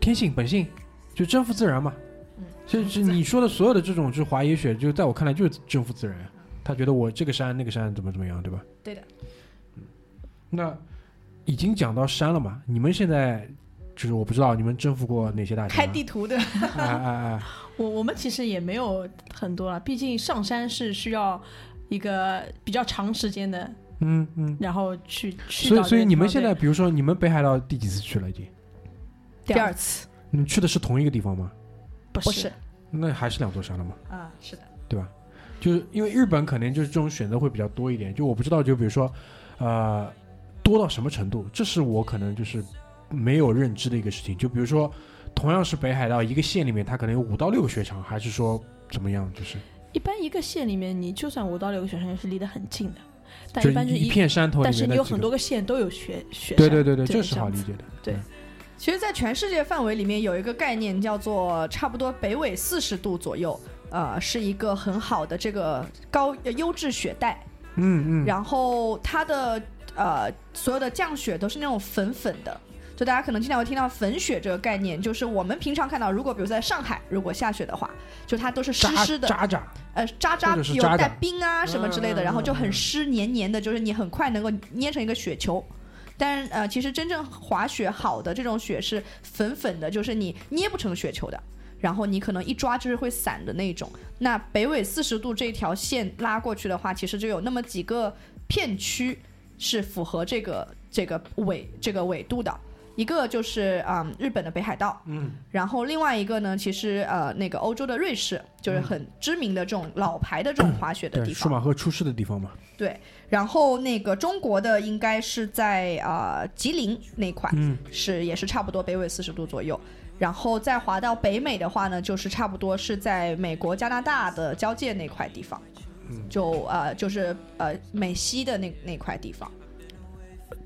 天性本性，就征服自然嘛。嗯就是你说的所有的这种，就是滑野雪，就在我看来就是征服自然。他觉得我这个山那个山怎么怎么样，对吧？对的。那已经讲到山了嘛？你们现在就是我不知道你们征服过哪些大山、开啊？地图的，哎哎哎，我我们其实也没有很多了，毕竟上山是需要一个比较长时间的，嗯嗯。然后去去所以到所以这个你地们方现在，比如说你们北海道第几次去了已经？对第二次你们去的是同一个地方吗？不不是是那还是两座山了吗？啊，是的，对吧？就是因为日本可能就是这种选择会比较多一点。就我不知道，就比如说，呃，多到什么程度，这是我可能就是没有认知的一个事情。就比如说，同样是北海道一个县里面，它可能有五到六个雪场，还是说怎么样？就是一般一个县里面，你就算五到六个雪山也是离得很近的，但就一般是一片山头里但面是的你有几很个多个县都有雪雪山。对对对对，对这是这样好理子解的。对其实，在全世界范围里面有一个概念叫做差不多北纬四十度左右，呃，是一个很好的这个高呃优质雪带，嗯嗯，然后它的呃所有的降雪都是那种粉粉的。就大家可能经常会听到粉雪这个概念，就是我们平常看到，如果比如在上海，如果下雪的话，就它都是湿渣湿的，渣渣，呃渣渣或者是有渣带渣冰啊什么之类的，嗯然后就很湿黏黏的，就是你很快能够捏成一个雪球。但呃，其实真正滑雪好的这种雪是粉粉的，就是你捏不成雪球的，然后你可能一抓就是会散的那种。那北纬四十度这条线拉过去的话，其实就有那么几个片区是符合这个这个纬这个纬度的。一个就是啊、嗯日本的北海道，嗯，然后另外一个呢，其实呃，那个欧洲的瑞士就是很知名的这种老牌的这种滑雪嗯的对，地舒方。马赫出事的地方嘛。对，然后那个中国的应该是在啊、呃吉林那块，嗯是也是差不多北纬四十度左右。然后再滑到北美的话呢，就是差不多是在美国、加拿大的交界那块地方，嗯就呃就是呃美西的那那块地方。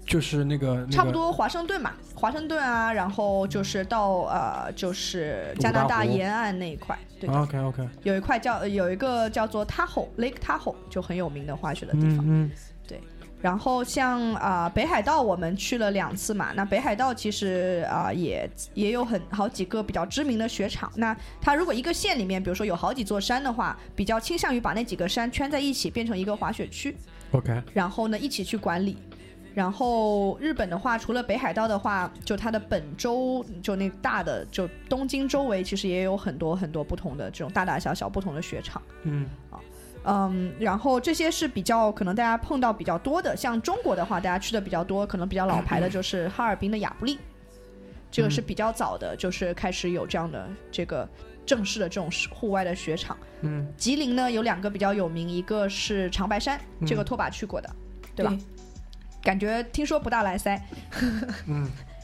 就是那个那个差不多华盛顿嘛，华盛顿啊，然后就是到呃，就是加拿五大大湖沿岸那一块，对， OK OK，有一块叫呃有一个叫做 Tahoe Lake Tahoe 就很有名的滑雪的地嗯方。嗯，然后像啊、呃北海道，我们去了两次嘛。那北海道其实啊、呃也也有很好几个比较知名的雪场。那它如果一个县里面，比如说有好几座山的话，比较倾向于把那几个山圈在一起，变成一个滑雪区。 OK，然后呢一起去管理。然后日本的话，除了北海道的话，就它的本州就那大的就东京周围，其实也有很多很多不同的这种大大小小不同的雪场。嗯，嗯，然后这些是比较可能大家碰到比较多的，像中国的话，大家去的比较多，可能比较老牌的就是哈尔滨的亚布力，这个是比较早的，就是开始有这样的这个正式的这种户外的雪场。嗯，吉林呢有两个比较有名，一个是长白山，这嗯个拓跋去过的，对吧？感觉听说不大来塞，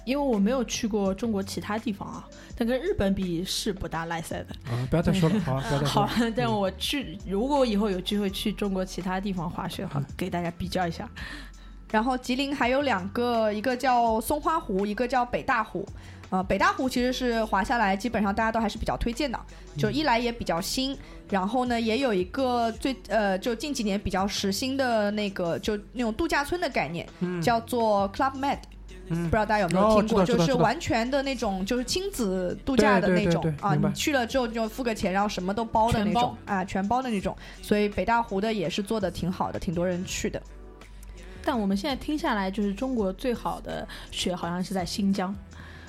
因为我没有去过中国其他地方啊，但跟日本比是不大赖塞的。啊，不要再说了，好啊，不要再说好了。，但我去，如果以后有机会去中国其他地方滑雪的话，给大家比较一下。然后吉林还有两个，一个叫松花湖，一个叫北大湖。呃，北大湖其实是滑下来，基本上大家都还是比较推荐的，嗯就一来也比较新，然后呢也有一个最呃，就近几年比较时兴的那个，就那种度假村的概念，叫做 Club Med，、嗯不知道大家有没有哦听知过，道知就道是知道完全的那种，就是亲子度假的对对那种对对啊，明白你去了之后你就付个钱，然后什么都包的那全包种啊，全包的那种，所以北大湖的也是做的挺好的，挺多人去的。但我们现在听下来，就是中国最好的雪好像是在新疆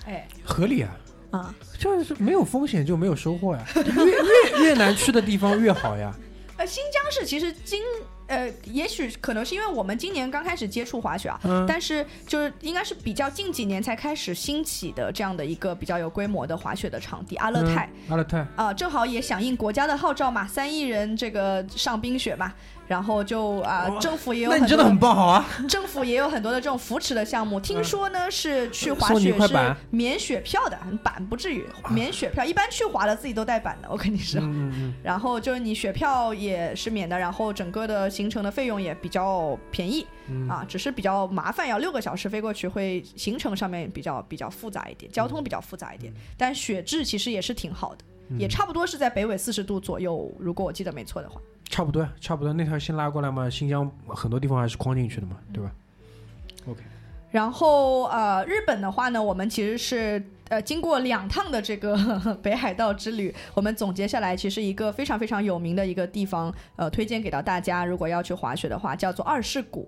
哎，合理啊，啊，就是没有风险就没有收获 呀。越越越难去的地方越好呀。呃，新疆是其实今呃，也许可能是因为我们今年刚开始接触滑雪啊，嗯但是就是应该是比较近几年才开始兴起的这样的一个比较有规模的滑雪的场地阿勒泰。嗯，阿勒泰，啊、正好也响应国家的号召嘛，三亿人这个上冰雪嘛，然后就啊、哇政府也有那你很真的多很棒，好啊。政府也有很多的这种扶持的项目。听说呢是去滑送你一雪块是板啊免雪票的，板不至于免雪票，一般去滑的自己都带板的，我跟你说。嗯嗯然后就是你雪票也是免的，然后整个的行程的费用也比较便宜、嗯啊，只是比较麻烦，要六个小时飞过去，会行程上面比较比较复杂一点，交通比较复杂一点。但雪质其实也是挺好的，也差不多是在北纬四十度左右，如果我记得没错的话。差不多，差不多。那条线拉过来嘛，新疆很多地方还是框进去的嘛，对吧？OK，然后呃，日本的话呢，我们其实是呃经过两趟的这个 北海道之旅，我们总结下来，其实一个非常非常有名的一个地方，呃，推荐给到大家，如果要去滑雪的话，叫做二世谷。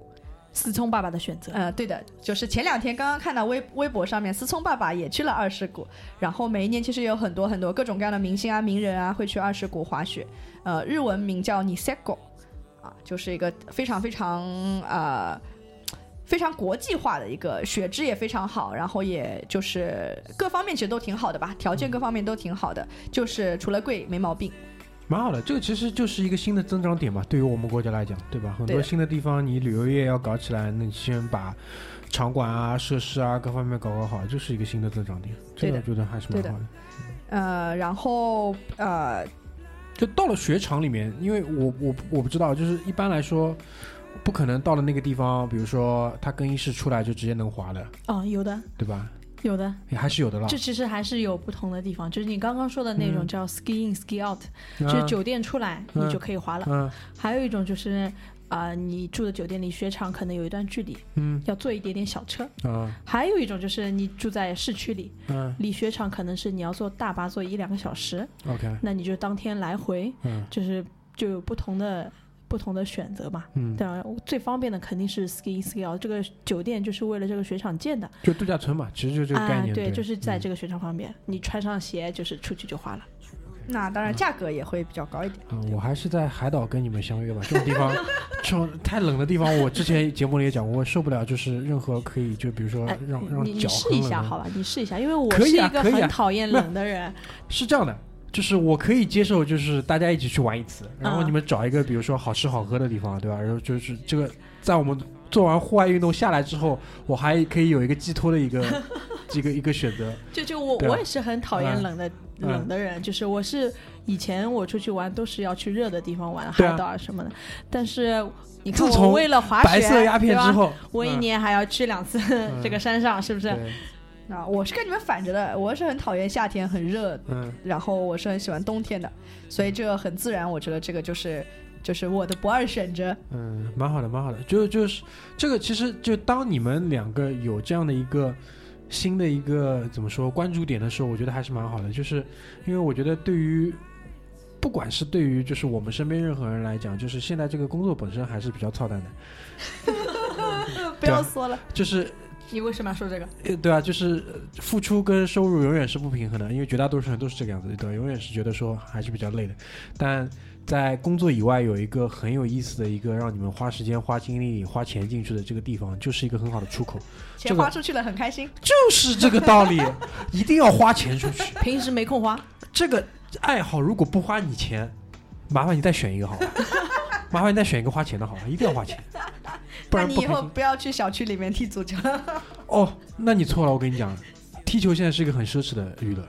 思聪爸爸的选择。呃，对的，就是前两天刚刚看到微微博上面，思聪爸爸也去了二世谷，然后每一年其实也有很多很多各种各样的明星啊、名人啊会去二世谷滑雪，呃，日文名叫 Niseko，啊，就是一个非常非常呃。非常国际化的一个雪质也非常好，然后也就是各方面其实都挺好的吧，条件各方面都挺好的，就是除了贵没毛病。蛮好的，这个其实就是一个新的增长点嘛，对于我们国家来讲，对吧？很对多的新的地方，你旅游业要搞起来，那你先把场馆啊、设施啊各方面搞搞好，就是一个新的增长点。这对个的我觉得还是蛮对的好的。呃，然后呃，就到了雪场里面，因为我我我不知道，就是一般来说，不可能到了那个地方，比如说他更衣室出来就直接能滑的，哦，有的对吧？有的，也还是有的啦这。其实还是有不同的地方，就是你刚刚说的那种啊嗯叫 ski in ski out，、嗯就是酒店出来嗯你就可以滑了。嗯还有一种就是啊、呃你住的酒店离雪场可能有一段距离，嗯要坐一点点小车。啊还有一种就是你住在市区里，嗯离雪场可能是你要坐大巴坐一两个小时， ，OK，那你就当天来回，嗯就是就有不同的不同的选择嘛。嗯，当然，最方便的肯定是 ski in ski out，这个酒店就是为了这个雪场建的就度假村嘛，其实就这个概啊，念。对，就是在嗯这个雪场旁边，你穿上鞋就是出去就滑了。那当然价格也会比较高一点。啊、我还是在海岛跟你们相约吧。这种地 方，这种太冷的地方，我之前节目里也讲过，我受不了。就是任何可以，就比如说哎让、你让你脚试很一冷下的好吧，你试一下，因为我可是以啊一个可以啊很讨厌那冷的人。 是这样的，就是我可以接受，就是大家一起去玩一次，然后嗯你们找一个比如说好吃好喝的地方，对吧？然后就是这个，在我们做完户外运动下来之后，我还可以有一个寄托的一个 一个一个选择。就就我对啊我也是很讨厌嗯冷的、嗯冷的人，就是我是以前我出去玩都是要去热的地方玩，对啊海岛啊什么的。但是你看自从我为了滑雪，白色鸦片对吧之，后，我一嗯年还要去两次 这个山上，是不是？对，啊，我是跟你们反着的，我是很讨厌夏天很热，嗯，然后我是很喜欢冬天的，所以这个很自然，我觉得这个就是就是我的不二选择。嗯，蛮好的，蛮好的。就就是这个，其实就当你们两个有这样的一个新的一个怎么说关注点的时候，我觉得还是蛮好的。就是因为我觉得对于不管是对于就是我们身边任何人来讲，就是现在这个工作本身还是比较操蛋的。不啊要说了，就是你为什么要说这个？呃对啊，就是呃付出跟收入永远是不平衡的，因为绝大多数人都是这个样子，对吧，永远是觉得说还是比较累的。但在工作以外有一个很有意思的一个让你们花时间、花精力、花钱进去的这个地方，就是一个很好的出口，这钱个花出去了很开心。就是这个道理， 一定要花钱出去。平时没空滑，这个爱好如果不花你钱，麻烦你再选一个好吧，麻烦你再选一个花钱的好吧，一定要 花钱，不那然你不以开后心。不要去小区里面踢足球，哦，那你错了，我跟你讲，踢球现在是一个很奢侈的娱乐。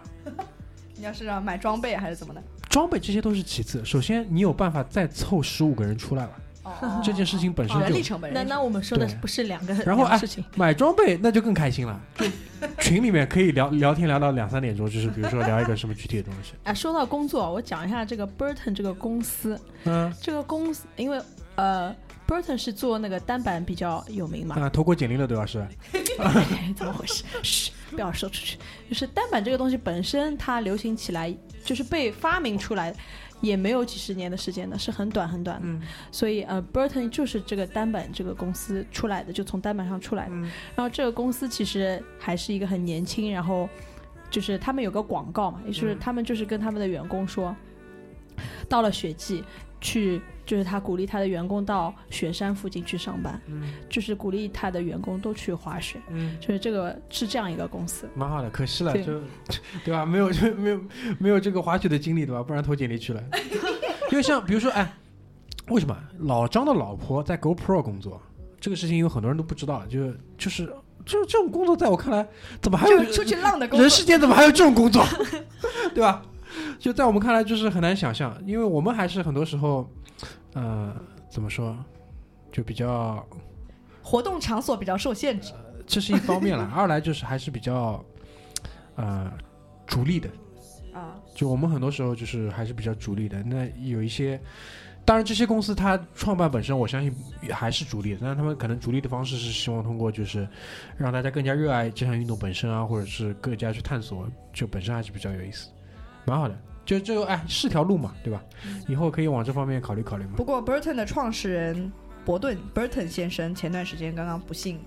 你要是要买装备还是怎么的？装备这些都是其次，首先你有办法再凑十五个人出来了，哦这件事情本身人力就。成本，那人力成那我们说的对不是两个然后两个哎事情，，买装备那就更开心了，就群里面可以聊聊天聊到两三点钟，就是比如说聊一个什么具体的东西。哎，说到工作，我讲一下这个 Burton 这个公司，嗯这个公司因为呃 Burton 是做那个单板比较有名嘛，啊，投过简历了对吧？是吧？哎 怎么回事？嘘，不要说出去。就是单板这个东西本身，它流行起来就是被发明出来，也没有几十年的时间的，是很短很短的。嗯所以呃，Burton 就是这个单板这个公司出来的，就从单板上出来的。然后这个公司其实还是一个很年轻，然后就是他们有个广告嘛，也就是他们就是跟他们的员工说，到了雪季去，就是他鼓励他的员工到雪山附近去上班，就是鼓励他的员工都去滑雪。嗯，就是这个是这样一个公司。蛮好的，可惜了，对就对吧？没有就没有没有这个滑雪的经历对吧？不然投简历去了。 因为像比如说，哎，为什么老张的老婆在 GoPro 工作？这个事情有很多人都不知道，就就是就这种工作，在我看来，怎么还有本就出去浪的工人作。世间怎么还有这种工 作，对吧？就在我们看来，就是很难想象，因为我们还是很多时候，呃，怎么说，就比较，活动场所比较受限制，这是一方面了。二来就是还是比较，呃，逐利的。啊，就我们很多时候就是还是比较逐利的。那有一些，当然这些公司它创办本身，我相信还是逐利的，但是他们可能逐利的方式是希望通过就是让大家更加热爱这项运动本身啊，或者是更加去探索，就本身还是比较有意思，蛮好的。就就哎是条路嘛，对吧？嗯以后可以往这方面考虑考虑嘛。不过 Burton 的创始人伯顿 Burton 先生前段时间刚刚不幸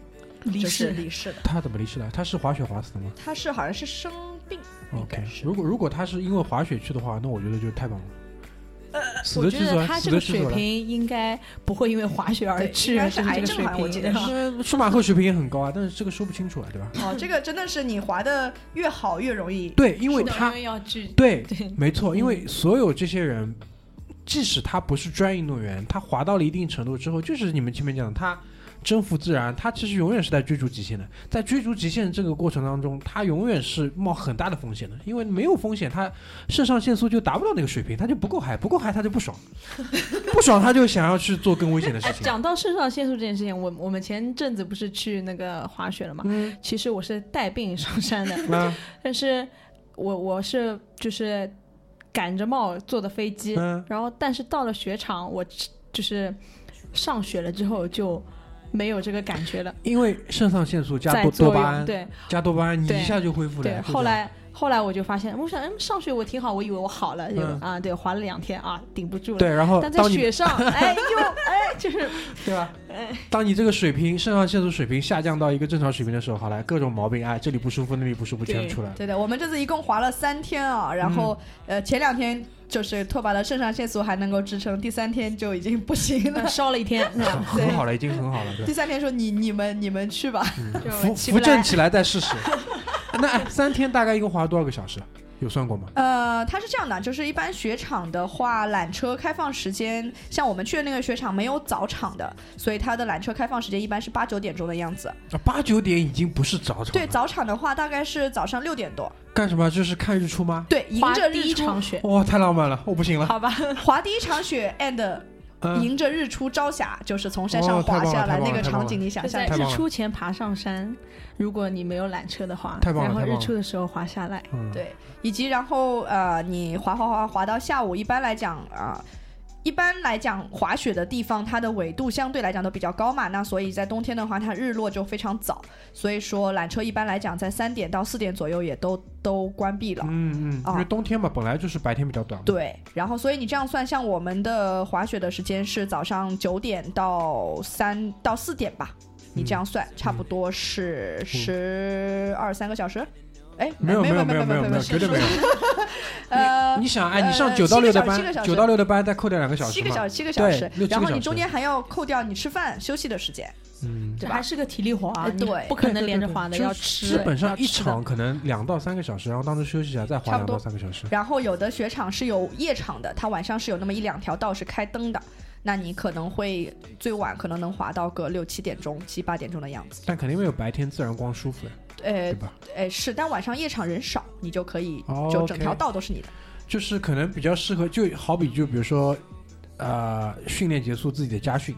离世离世了，他怎么离世的？他是滑雪滑死的吗他是好像是生 病，应该？OK，是如果如果他是因为滑雪去的话，那我觉得就太棒了。死呃我的觉去死得了，他死这的个去死水了。平啊应该不会因为滑雪而对去，应该就是这癌个症水吧我记得平。是舒马赫水平也很高啊，但是这个说不清楚啊，对吧？哦，这个真的是你滑的越好越容易。对，因为是的他因为要去对 对嗯没错，因为所有这些人，即使他不是专业运动员，他滑到了一定程度之后，就是你们前面讲的，他征服自然，他其实永远是在追逐极限的。在追逐极限这个过程当中，他永远是冒很大的风险的，因为没有风险，他肾上腺素就达不到那个水平，他就不够嗨，不够嗨他就不 爽，不爽他就想要去做更危险的事哎，情。讲到肾上腺素这件事情，我我们前阵子不是去那个滑雪了嘛？嗯，啊其实我是带病上山 的， 那但是我我是就是赶着冒坐的飞机，嗯然后但是到了雪场，我就是上雪了之后就没有这个感觉了，因为肾上腺素加在多多作巴用胺，对加多巴胺，你对一下就恢复了。对，就这样后来。后来我就发现，我想，嗯，上雪我挺好，我以为我好了，就、嗯啊，对，滑了两天啊，顶不住了。对，然后但在当你 雪上，哎，又哎，就是对吧哎？当你这个水平肾上腺素水平下降到一个正常水平的时候，好了，各种毛病，哎，这里不舒服，那里不舒服，对全出来了。对的，我们这次一共滑了三天嗯啊，然后、呃前两天就是拓跋的肾上腺素还能够支撑，第三天就已经不行 了呃。烧了一天，很很好了，已经很好了，第对，三天说你你们你们去吧，就扶起不扶来正起来再试试。那哎，三天大概一共花了多少个小时？有算过吗？呃，它是这样的，就是一般雪场的话，缆车开放时间，像我们去的那个雪场没有早场的，所以它的缆车开放时间一般是八九点钟的样子。啊，八九点已经不是早场对，了。早场的话大概是早上六点多。干什么？就是看日出吗？对，迎滑着第日一出，场雪，哇，太浪漫了，我不行了。 好吧，滑第一场雪 and 嗯，迎着日出朝霞，就是从山哦上太滑棒了下来太棒那了个太棒场了景，你想就象在一太下。棒日了出前爬上山，如果你没有缆车的话，太棒了然后太棒日了出的时候滑下来，嗯，对，以及然后呃，你滑滑滑滑到下午，一般来讲啊、一般来讲滑雪的地方，它的纬度相对来讲都比较高嘛，那所以在冬天的话，它日落就非常早，所以说缆车一般来讲在三点到四点左右也都都关闭了。嗯嗯，因为冬天嘛，本来就是白天比较短嘛。对，然后所以你这样算，像我们的滑雪的时间是早上九点到三到四点吧，你这样嗯算，差不多是十二三个小时。哎，没有没有没没有没有有没有，绝对没有。呃，你想，哎，你上呃九到七六个的小七个班，小九时到六的班再扣掉两个小时七个嘛。小七个小时对六七，个然后小你时中间还要扣掉你吃饭休息的时间。嗯，这对吧还是个体力活啊，哎你对不可能连着对对对滑的，就要是吃，基本上一要吃的场可能两到三个小时，然后当中休息一下，再滑差两不多到三个小时。然后有的雪场是有夜场的，它晚上是有那么一两条道是开灯的，那你可能会最晚可能能滑到个六七点钟、七八点钟的样子。但肯定没有白天自然光舒服呀，呃对，吧？哎，是，但晚上夜场人少，你就可以哦就 OK 整条道都是你的。就是可能比较适合，就好比就比如说，呃，训练结束自己的家训、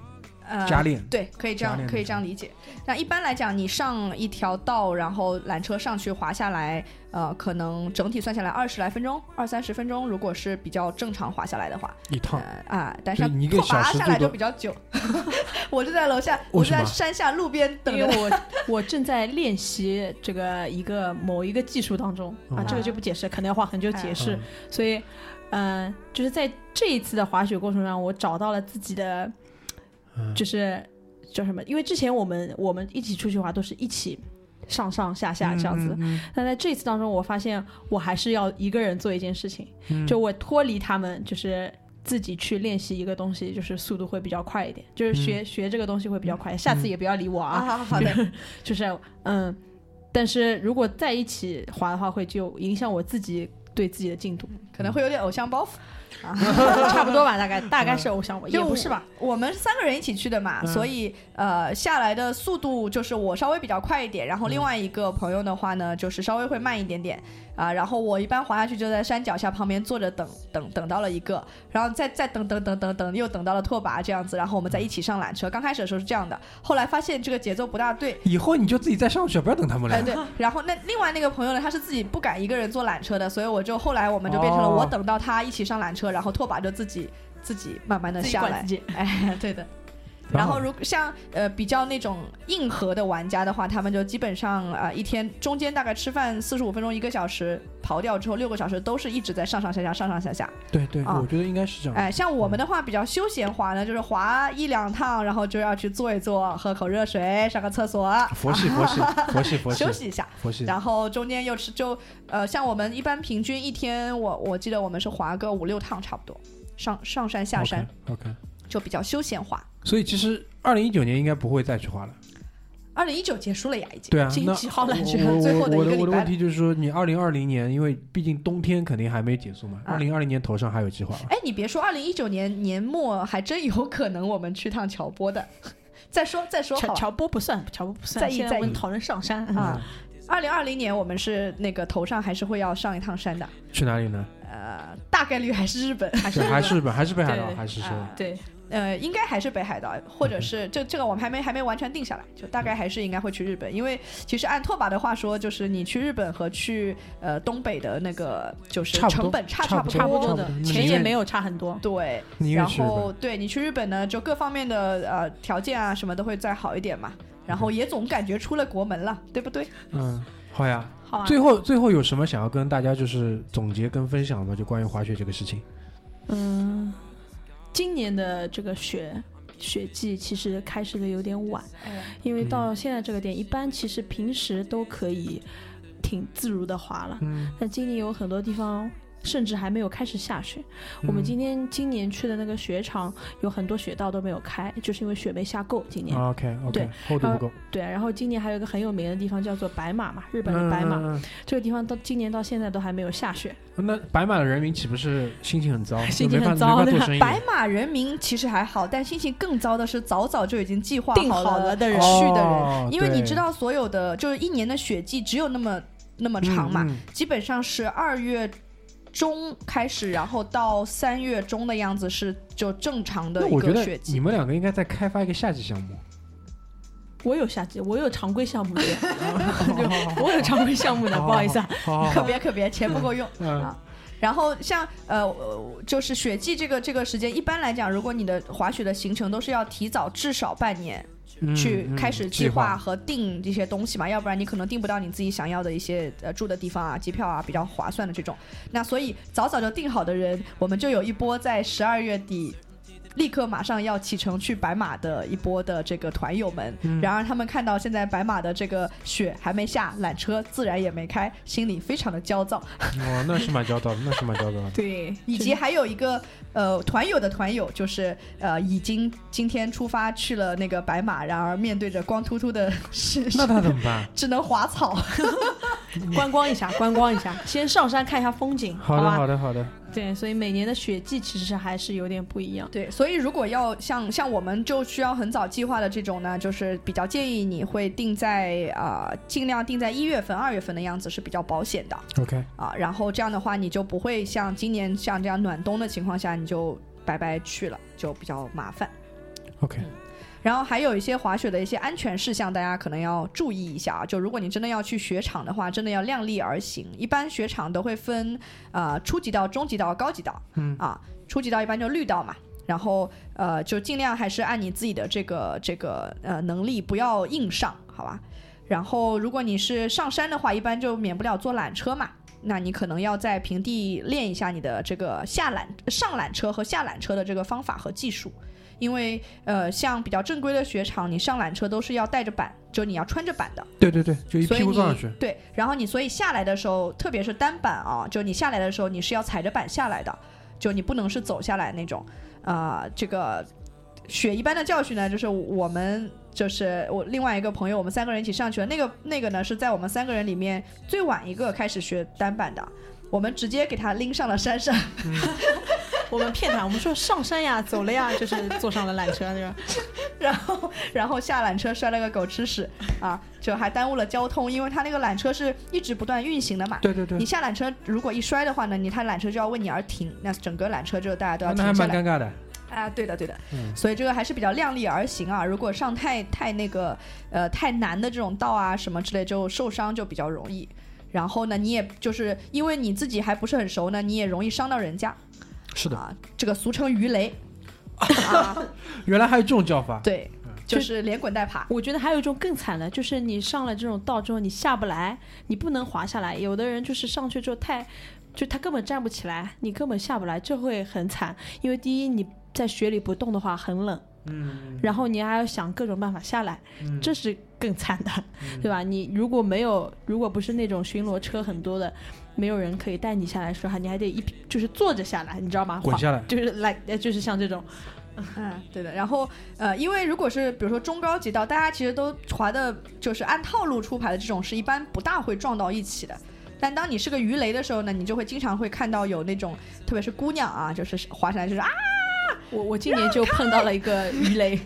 嗯呃，加练，对，可以这加样练，可以这样理解。那一般来讲，你上一条道，然后缆车上去滑下来，呃，可能整体算下来二十来分钟，二三十分钟，如果是比较正常滑下来的话，一趟。呃啊，但对是你一个拓小跋时下最来就多比较久。 我就在楼下，为我什就在么山下路边等因为着。我我正在练习这个一个某一个技术当中啊嗯，这个就不解释，可能要花很久解释嗯。所以，嗯，就是在这一次的滑雪过程上，我找到了自己的嗯，就是叫什么？因为之前我们我们一起出去滑都是一起上上下下这样子，嗯，但在这一次当中，我发现我还是要一个人做一件事情，嗯就我脱离他们，就是自己去练习一个东西，就是速度会比较快一点，就是嗯学、学这个东西会比较快。下次也不要理我啊，啊，好的，就是嗯，但是如果在一起滑的话，会就影响我自己对自己的进度，可能会有点偶像包袱。啊 差不多吧，大概大概是偶 像，也就不是吧，我们三个人一起去的嘛，嗯所以呃下来的速度就是我稍微比较快一点，然后嗯另外一个朋友的话呢，就是稍微会慢一点点啊、然后我一般滑下去就在山脚下旁边坐着等等等到了一个，然后再再等等等等等，又等到了拓跋这样子，然后我嗯们再一起上缆车。刚开始的时候是这样的，后来发现这个节奏不大对，以后你就自己再上啊学，不要等他们哎来。 对，然后那另外那个朋友呢，他是自己不敢一个人坐缆车的，所以我就后来我们就变成了哦我等到他一起上缆车，然后拓跋就自己自己慢慢的自己下管来自。己。 哎，对的。然后如像呃比较那种硬核的玩家的话，他们就基本上啊、呃一天中间大概吃饭四十五分钟一个小时，刨掉之后六个小时都是一直在上上下下上上下下。对对，啊哦我觉得应该是这样。哎，像我们的话比较休闲滑呢，就是滑一两趟，然后就要去坐一坐，喝口热水，上个厕所，佛系佛 系佛系佛系休息一下。佛系，然后中间又吃就呃，像我们一般平均一天，我我记得我们是滑个五六趟差不多，上上山下山 OK，, 就比较休闲滑。所以其实二零一九年应该不会再去滑了。二零一九结束了呀，已经。对啊，晋那级好我 了之后最我后的我一个的礼我的拜问题就是说，你二零二零年，因为毕竟冬天肯定还没结束嘛，啊二零二零年头上还有计划吧？哎，你别说，二零一九年年末还真有可能我们去趟乔波的。 再说再说好乔吧。乔波不算，乔波不算。在意现在在我嗯们意讨论上山啊，嗯二零二零年我们是那个头上还是会要上一趟山的，去哪里呢？呃，大概率还是日本，还是是还是本还是北海道对还是说啊对，呃，应该还是北海道，或者是嗯这这个我们还没还没完全定下来，就大概还是应该会去日本，因为其实按拓跋的话说，就是你去日本和去呃东北的那个就是差不多成本差差差不不差不多多差的不多，钱你也愿没有差很多。对，你愿然意去日后本？对你去日本呢，就各方面的呃条件啊什么都会再好一点嘛，然后也总感觉出了国门了，对不对？嗯，好呀。好啊，最后最后有什么想要跟大家就是总结跟分享的吗？就关于滑雪这个事情。嗯，今年的这个雪雪季其实开始的有点晚，因为到现在这个点，一般其实平时都可以挺自如的滑了，嗯，但今年有很多地方。甚至还没有开始下雪。嗯我们今天今年去的那个雪场有很多雪道都没有开，就是因为雪没下够。今年、 OK 对 OK 厚度不够，对，啊然后今年还有一个很有名的地方叫做白马嘛，日本的白马，嗯。嗯这个地方到今年到现在都还没有下雪。嗯那白马的人民岂不是心情很 糟？心就没情很法糟没法对做吧生意。白马人民其实还好，但心情更糟的是早早就已经计划定好好了的人去的哦人，因为你对知道所有的就是一年的雪季只有那么那么长嘛，嗯基本上是二月。中开始，然后到三月中的样子是就正常那的一我觉个得雪季你。们两个应该再开发一个夏季项目。我有夏季，我有常规项 目 的，就我有常规项目的，不好意思啊。。好好 可好，别可别，钱不够用。嗯 啊然后像呃，我就是雪季这个这个时间，一般来讲，如果你的滑雪的行程都是要提早至少半年嗯去嗯开始计计划和定这些东西嘛，要不然你可能订不到你自己想要的一些呃住的地方啊、机票啊比较划算的这种。那所以早早就定好的人，我们就有一波在十二月底。立刻马上要启程去白马的一波的这个团友们，嗯然而他们看到现在白马的这个雪还没下，缆车自然也没开，心里非常的焦躁。哦，那是蛮焦躁的，那是蛮焦躁 的对，以及还有一个呃团友的团友，就是呃已经今天出发去了那个白马，然而面对着光秃秃的是，那他怎么办？ 只能滑草。 观光一下，观光一下，先上山看一下风景，好啊的，吧？好的，好的。对，所以每年的雪季其实还是有点不一样。对，所以如果要像像我们就需要很早计划的这种呢，就是比较建议你会定在啊、呃尽量定在一月份、二月份的样子是比较保险的 OK，啊。然后这样的话，你就不会像今年像这样暖冬的情况下，你就白白去了，就比较麻烦。 OK，然后还有一些滑雪的一些安全事项，大家可能要注意一下啊。就如果你真的要去雪场的话，真的要量力而行。一般雪场都会分啊、呃初级道、中级道、高级道。嗯啊，初级道一般就绿道嘛。然后呃，就尽量还是按你自己的这个这个呃能力，不要硬上，好吧？然后如果你是上山的话，一般就免不了坐缆车嘛。那你可能要在平地练一下你的这个下缆、上缆车和下缆车的这个方法和技术，因为呃，像比较正规的雪场，你上缆车都是要带着板，就你要穿着板的，对对对，就一所屁以股你撞上去。对，然后你所以下来的时候，特别是单板啊，就你下来的时候，你是要踩着板下来的，就你不能是走下来那种。啊、这个雪一般的教训呢，就是我们就是我另外一个朋友，我们三个人一起上去了。那个那个呢，是在我们三个人里面最晚一个开始学单板的。我们直接给他拎上了山上，我们骗他，我们说上山呀，走了呀，就是坐上了缆车，对吧？然后然后下缆车摔了个狗吃屎啊，就还耽误了交通，因为他那个缆车是一直不断运行的嘛，对对对你，下缆车如果一摔的话呢，你他缆车就要为你而停，那整个缆车就大家都要那还停下蛮来尴尬的。啊，对的对的，嗯所以这个还是比较量力而行啊。如果上太太那个呃太难的这种道啊什么之类，就受伤就比较容易。然后呢，你也就是因为你自己还不是很熟呢，你也容易伤到人家是的，啊。这个俗称鱼雷啊，原来还有这种叫法。对，就是连滚带爬。我觉得还有一种更惨的，就是你上了这种道之后，你下不来，你不能滑下来。有的人就是上去之后太，就他根本站不起来，你根本下不来，这会很惨。因为第一，你在雪里不动的话很冷，嗯，然后你还要想各种办法下来，嗯这是更惨的，对吧？你如果没有，如果不是那种巡逻车很多的，没有人可以带你下来的时候，你还得一就是坐着下来，你知道吗？滚下来就是来，呃就是像这种，嗯，对的。然后呃，因为如果是比如说中高级道，大家其实都划的就是按套路出牌的这种，是一般不大会撞到一起的。但当你是个鱼雷的时候呢，你就会经常会看到有那种，特别是姑娘啊，就是划起来就是啊，我我今年就碰到了一个鱼雷，，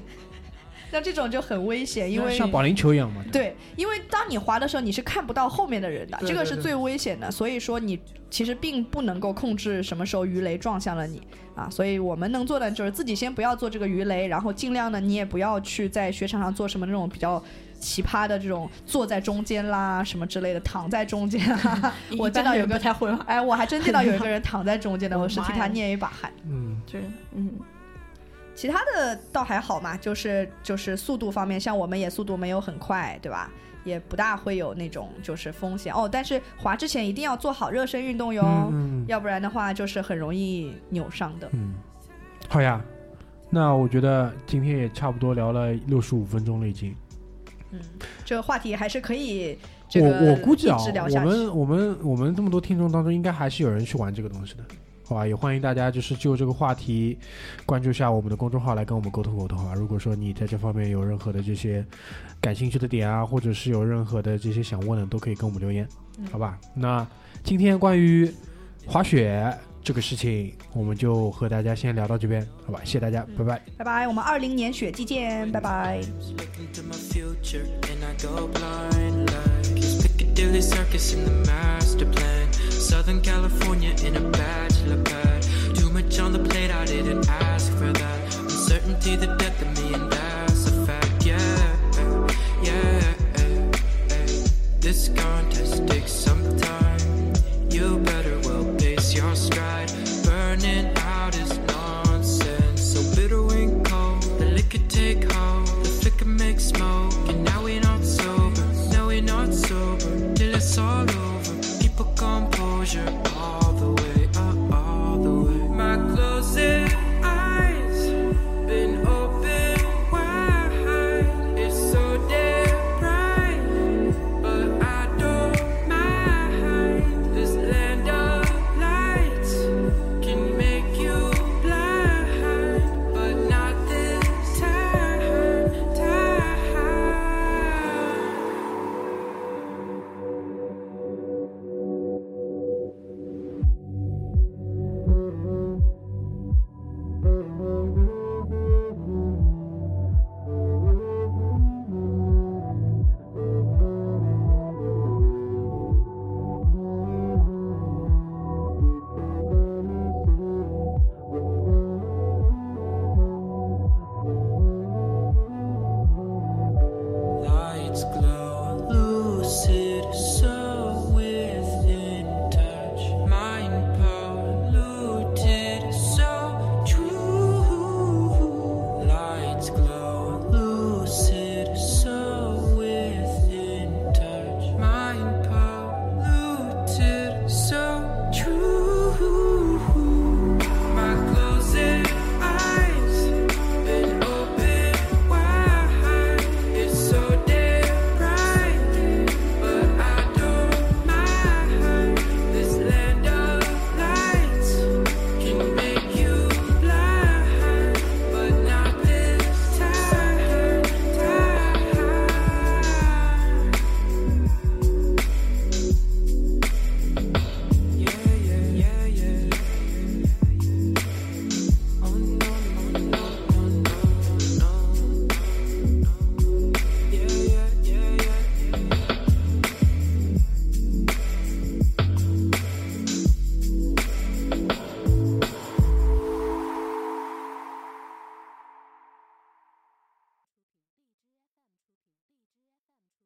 那这种就很危险，因为像保龄球一样嘛。对，因为当你滑的时候，你是看不到后面的人的，对这个是对对最危险的。所以说，你其实并不能够控制什么时候鱼雷撞向了你啊。所以我们能做的就是自己先不要做这个鱼雷，然后尽量呢，你也不要去在雪场上做什么那种比较。奇葩的这种坐在中间啦，什么之类的，躺在中间啊 我见到有 一般人个不太会玩，哎，我还真见到有一个人躺在中间的，我我的是替妈呀他捏一把汗。嗯，就是嗯，其他的倒还好嘛，就是就是速度方面，像我们也速度没有很快，对吧？也不大会有那种就是风险哦。但是滑之前一定要做好热身运动哟，嗯要不然的话就是很容易扭伤的。嗯，好呀。那我觉得今天也差不多聊了六十五分钟了，已经。嗯，这个话题还是可以这个我我估计啊，一直聊我下去。们我们我们这么多听众当中，应该还是有人去玩这个东西的，好吧？也欢迎大家就是就这个话题关注一下我们的公众号来跟我们沟通沟通啊。如果说你在这方面有任何的这些感兴趣的点啊，或者是有任何的这些想问的，都可以跟我们留言，嗯好吧？那今天关于滑雪这个事情，我们就和大家先聊到这边，好吧？谢谢大嗯家，拜拜。拜拜，我们二零年雪季见，拜拜。 Look into my future and I go blind like it's Piccadilly Circus in the master plan. Southern California in a bachelor pad. Too much on the plate, I didn't ask for that. Uncertainty, the death of me, and that's a fact. Yeah, yeah. This contest takes some time. You better well pace your stride. Burning out is nonsense. So bitter and cold. The liquor take hold. The flicker makes smoke. And now we're not sober. Now we're not sober. Till it's all over. uh,